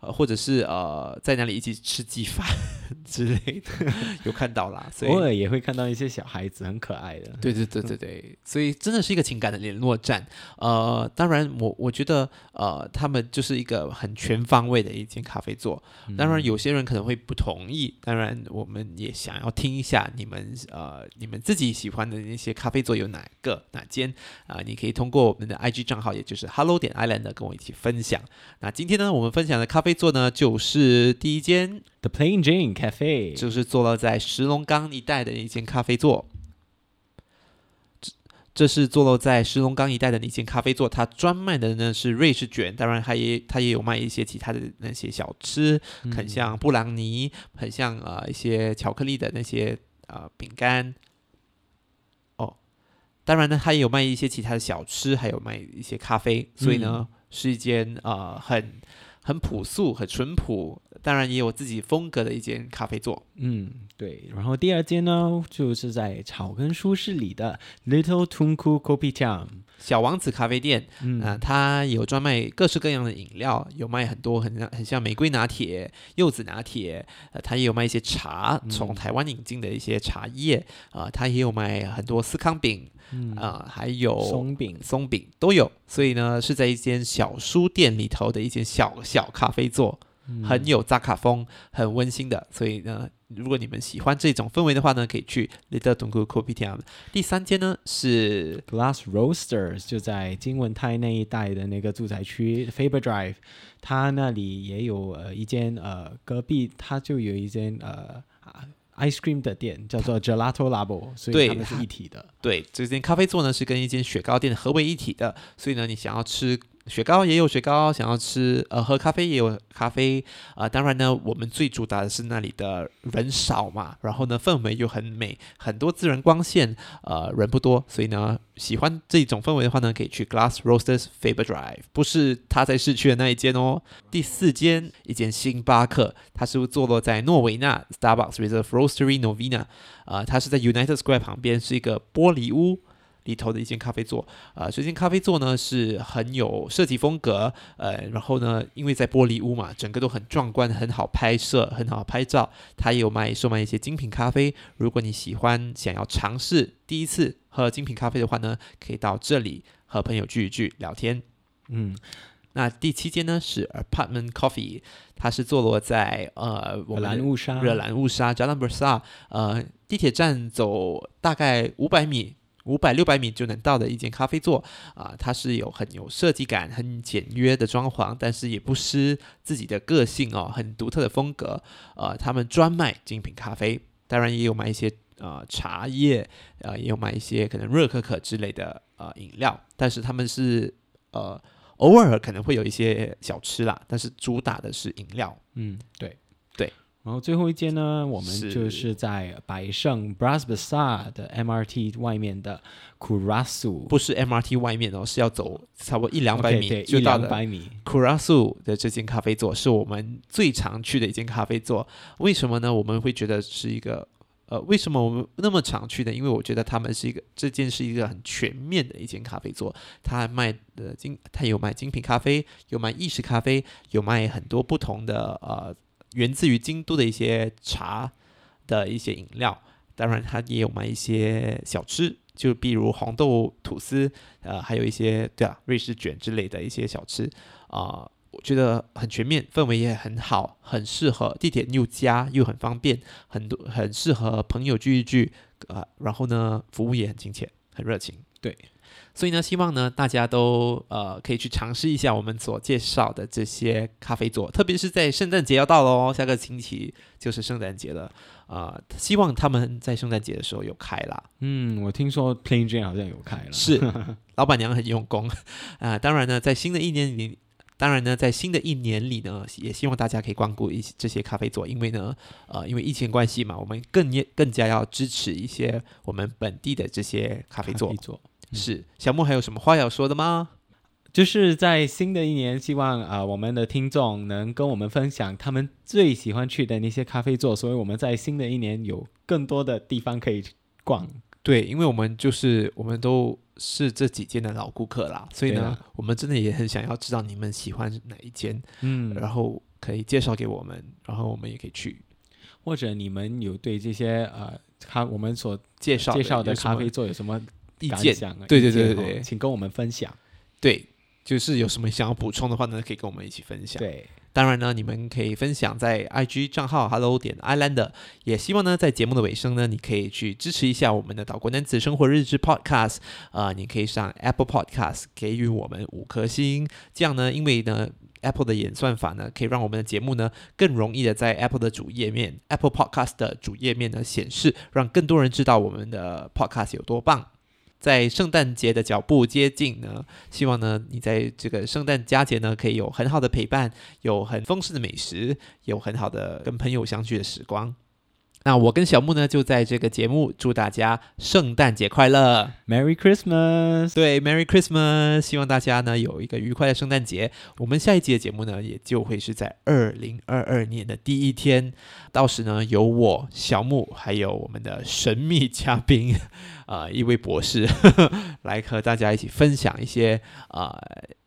[SPEAKER 1] 呃，或者是呃在那里一起吃鸡饭 [LAUGHS] 之类的，
[SPEAKER 2] [LAUGHS]
[SPEAKER 1] 有看到啦，所
[SPEAKER 2] 偶
[SPEAKER 1] 以。
[SPEAKER 2] 尔嗯也会看到一些小孩子很可爱的，
[SPEAKER 1] 对对对对对，所以真的是一个情感的联络站。呃，当然我我觉得呃，他们就是一个很全方位的一间咖啡座，
[SPEAKER 2] 嗯
[SPEAKER 1] 当然，有些人可能会不同意。当然，我们也想要听一下你们呃，你们自己喜欢的那些咖啡座有哪个哪间啊、你可以通过我们的 IG 账号，也就是 Hello 点 Island 跟我一起分享。那今天呢，我们分享的咖啡座呢，就是第一间，
[SPEAKER 2] The Plain Jane Cafe，
[SPEAKER 1] 就是坐落在石龙岗一带的一间咖啡座。这这是坐落在石龙岗一带的一间咖啡座，它专卖的呢是瑞士卷，当然它也它也有卖一些其他的那些小吃，很
[SPEAKER 2] 嗯
[SPEAKER 1] 像布朗尼，很像呃一些巧克力的那些呃饼干。哦，当然呢，它也有卖一些其他的小吃，还有卖一些咖啡，所以呢，
[SPEAKER 2] 嗯
[SPEAKER 1] 是一间呃很很朴素、很淳朴，当然也有自己风格的一间咖啡座。
[SPEAKER 2] 嗯，对。然后第二间呢，就是在草根书市里的 Little Tunku Kopi Town。
[SPEAKER 1] 小王子咖啡店，
[SPEAKER 2] 嗯，
[SPEAKER 1] 啊、它有专卖各式各样的饮料，有卖很多很像很像玫瑰拿铁、柚子拿铁，呃，它也有卖一些茶，从
[SPEAKER 2] 嗯
[SPEAKER 1] 台湾引进的一些茶叶，啊、它也有卖很多司康饼，
[SPEAKER 2] 嗯
[SPEAKER 1] 啊、还有
[SPEAKER 2] 松饼，
[SPEAKER 1] 松饼都有，所以呢是在一间小书店里头的一间小小咖啡座，
[SPEAKER 2] 嗯
[SPEAKER 1] 很有扎卡风，很温馨的，所以呢。如果你们喜欢这种氛围的话呢，可以去 Little Tunku Coffee Town。第三间呢是
[SPEAKER 2] Glass Roasters 就在金文泰那一带的那个住宅区 Faber Drive，它那里也有呃一间呃隔壁它就有一间呃啊 ice cream 的店叫做 Gelato Labo，所
[SPEAKER 1] 对
[SPEAKER 2] 以它们是
[SPEAKER 1] 它
[SPEAKER 2] 一体的。
[SPEAKER 1] 对，这间咖啡座呢是跟一间雪糕店合为一体的，所以呢，你想要吃雪糕也有雪糕，想要吃呃喝咖啡也有咖啡啊、呃当然呢，我们最主打的是那里的人少嘛，然后呢氛围又很美，很多自然光线，呃人不多，所以呢喜欢这种氛围的话呢，可以去 Glass Roasters Faber Drive，不是他在市区的那一间哦。第四间一间星巴克，它是坐落在诺维纳 Starbucks Reserve Roastery Novena 呃，它是在 United Square 旁边，是一个玻璃屋里头的一间咖啡座。呃，这间咖啡座呢是很有设计风格，呃，然后呢，因为在玻璃屋嘛，整个都很壮观，很好拍摄，很好拍照。它也有卖售卖一些精品咖啡，如果你喜欢想要尝试第一次喝精品咖啡的话呢，可以到这里和朋友聚一聚，聊天。
[SPEAKER 2] 嗯，
[SPEAKER 1] 那第七间呢是 Apartment Coffee，它是坐落在呃我
[SPEAKER 2] 热
[SPEAKER 1] 们的
[SPEAKER 2] 兰雾沙，
[SPEAKER 1] 热兰雾沙 j a l a n b e r s a 呃，地铁站走大概五百米。五百六百米就能到的一间咖啡座啊、它是有很有设计感、很简约的装潢，但是也不失自己的个性哦，很独特的风格。呃，他们专卖精品咖啡，当然也有卖一些呃茶叶，呃，也有卖一些可能热可可之类的呃饮料，但是他们是呃偶尔可能会有一些小吃啦，但是主打的是饮料。
[SPEAKER 2] 嗯，对
[SPEAKER 1] 对。
[SPEAKER 2] 然后最后一间呢，我们
[SPEAKER 1] 是
[SPEAKER 2] 就是在百盛 Bras Basah 的 MRT 外面的 Kurasu，
[SPEAKER 1] 不是 MRT 外面哦，是要走差不多一两百
[SPEAKER 2] OK，
[SPEAKER 1] 米
[SPEAKER 2] 对，
[SPEAKER 1] 就
[SPEAKER 2] 一
[SPEAKER 1] 到
[SPEAKER 2] 两
[SPEAKER 1] 了
[SPEAKER 2] 百米，
[SPEAKER 1] Kurasu 的这间咖啡座是我们最常去的一间咖啡座。为什么呢？我们会觉得是一个呃，为什么我们那么常去呢？因为我觉得他们是一个这间是一个很全面的一间咖啡座，它还卖的精，它有卖精品咖啡，有卖意式咖啡，有卖很多不同的呃，源自于京都的一些茶的一些饮料。当然，它也有卖一些小吃，就比如红豆吐司，呃，还有一些对啊，瑞士卷之类的一些小吃。啊、我觉得很全面，氛围也很好，很适合地铁又佳又很方便，很多很适合朋友聚一聚啊、呃然后呢，服务也很亲切，很热情。
[SPEAKER 2] 对，
[SPEAKER 1] 所以呢，希望呢大家都呃可以去尝试一下我们所介绍的这些咖啡座，特别是在圣诞节要到了哦，下个星期就是圣诞节了啊、呃希望他们在圣诞节的时候有开啦。
[SPEAKER 2] 嗯，我听说 Plain Jane 好像有开了，
[SPEAKER 1] 是， [LAUGHS] 老板娘很用功 [LAUGHS] 啊、当然呢，在新的一年里，当然呢，在新的一年里呢，也希望大家可以光顾一些这些咖啡座，因为呢，呃，因为疫情关系嘛，我们更也更加要支持一些我们本地的这些咖啡座。
[SPEAKER 2] 可以做。嗯
[SPEAKER 1] 是，小木还有什么话要说的吗？
[SPEAKER 2] 就是在新的一年，希望啊、呃我们的听众能跟我们分享他们最喜欢去的那些咖啡座，所以我们在新的一年有更多的地方可以逛。
[SPEAKER 1] 对，因为我们就是我们都是这几间的老顾客啦，所以
[SPEAKER 2] 对
[SPEAKER 1] 呢
[SPEAKER 2] 啊，
[SPEAKER 1] 我们真的也很想要知道你们喜欢哪一间，
[SPEAKER 2] 嗯，
[SPEAKER 1] 然后可以介绍给我们，然后我们也可以去
[SPEAKER 2] 或者你们有对这些呃咖我们所
[SPEAKER 1] 介绍
[SPEAKER 2] 介绍的
[SPEAKER 1] 有什么
[SPEAKER 2] 咖啡座有什么
[SPEAKER 1] 意
[SPEAKER 2] 感
[SPEAKER 1] 见。
[SPEAKER 2] 想啊？
[SPEAKER 1] 对
[SPEAKER 2] 意
[SPEAKER 1] 对对
[SPEAKER 2] 见
[SPEAKER 1] 对
[SPEAKER 2] 哦
[SPEAKER 1] 对
[SPEAKER 2] 请跟我们分享。
[SPEAKER 1] 对，就是有什么想要补充的话呢，可以跟我们一起分享。
[SPEAKER 2] 对，
[SPEAKER 1] 当然呢，你们可以分享在 IG 账号 Hello 点 Island，也希望呢在节目的尾声呢，你可以去支持一下我们的岛国男子生活日志 Podcast，呃，你可以上 Apple Podcast 给予我们五颗星，这样呢，因为呢。Apple 的演算法呢，可以让我们的节目呢更容易的在 Apple 的主页面、Apple Podcast 的主页面呢显示，让更多人知道我们的 Podcast 有多棒。在圣诞节的脚步接近呢，希望呢你在这个圣诞佳节呢可以有很好的陪伴，有很丰盛的美食，有很好的跟朋友相聚的时光。那我跟小木呢，就在这个节目祝大家圣诞节快乐，
[SPEAKER 2] ，Merry Christmas，
[SPEAKER 1] 对，Merry Christmas！希望大家呢有一个愉快的圣诞节。我们下一集的节目呢，也就会是在二零二二年的第一天，到时呢有我小木，还有我们的神秘嘉宾， [LAUGHS] 啊、一位博士， [LAUGHS] 来和大家一起分享一些啊、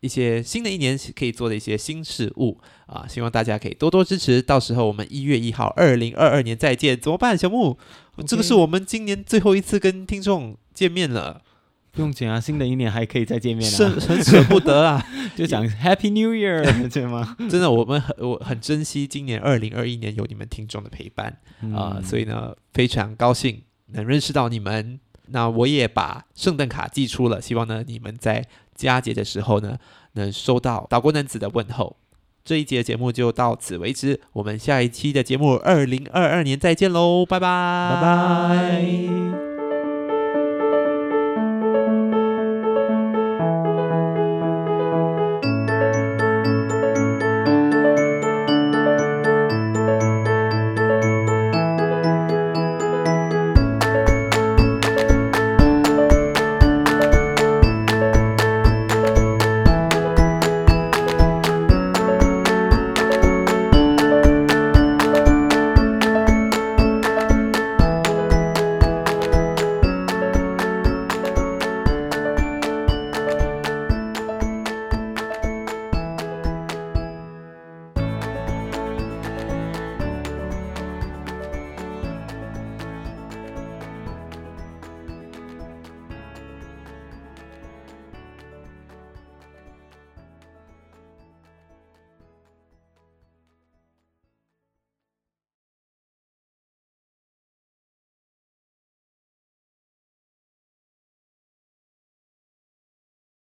[SPEAKER 1] 一些新的一年可以做的一些新事物啊、希望大家可以多多支持。到时候我们一月一号，二零二二年再见，怎么办？小木
[SPEAKER 2] OK
[SPEAKER 1] 这个是我们今年最后一次跟听众见面了，
[SPEAKER 2] 不用紧啊，新的一年还可以再见面
[SPEAKER 1] 是
[SPEAKER 2] 啊，
[SPEAKER 1] 很舍不得啊。 [LAUGHS]
[SPEAKER 2] 就讲 Happy New Year，对吗？
[SPEAKER 1] 真的，我们很我很珍惜今年二零二一年有你们听众的陪伴啊、
[SPEAKER 2] 嗯
[SPEAKER 1] 所以呢，非常高兴能认识到你们。那我也把圣诞卡寄出了，希望呢你们在佳节的时候呢，能收到岛国男子的问候。这一节节目就到此为止，我们下一期的节目二零二二年再见喽，拜拜，
[SPEAKER 2] 拜拜。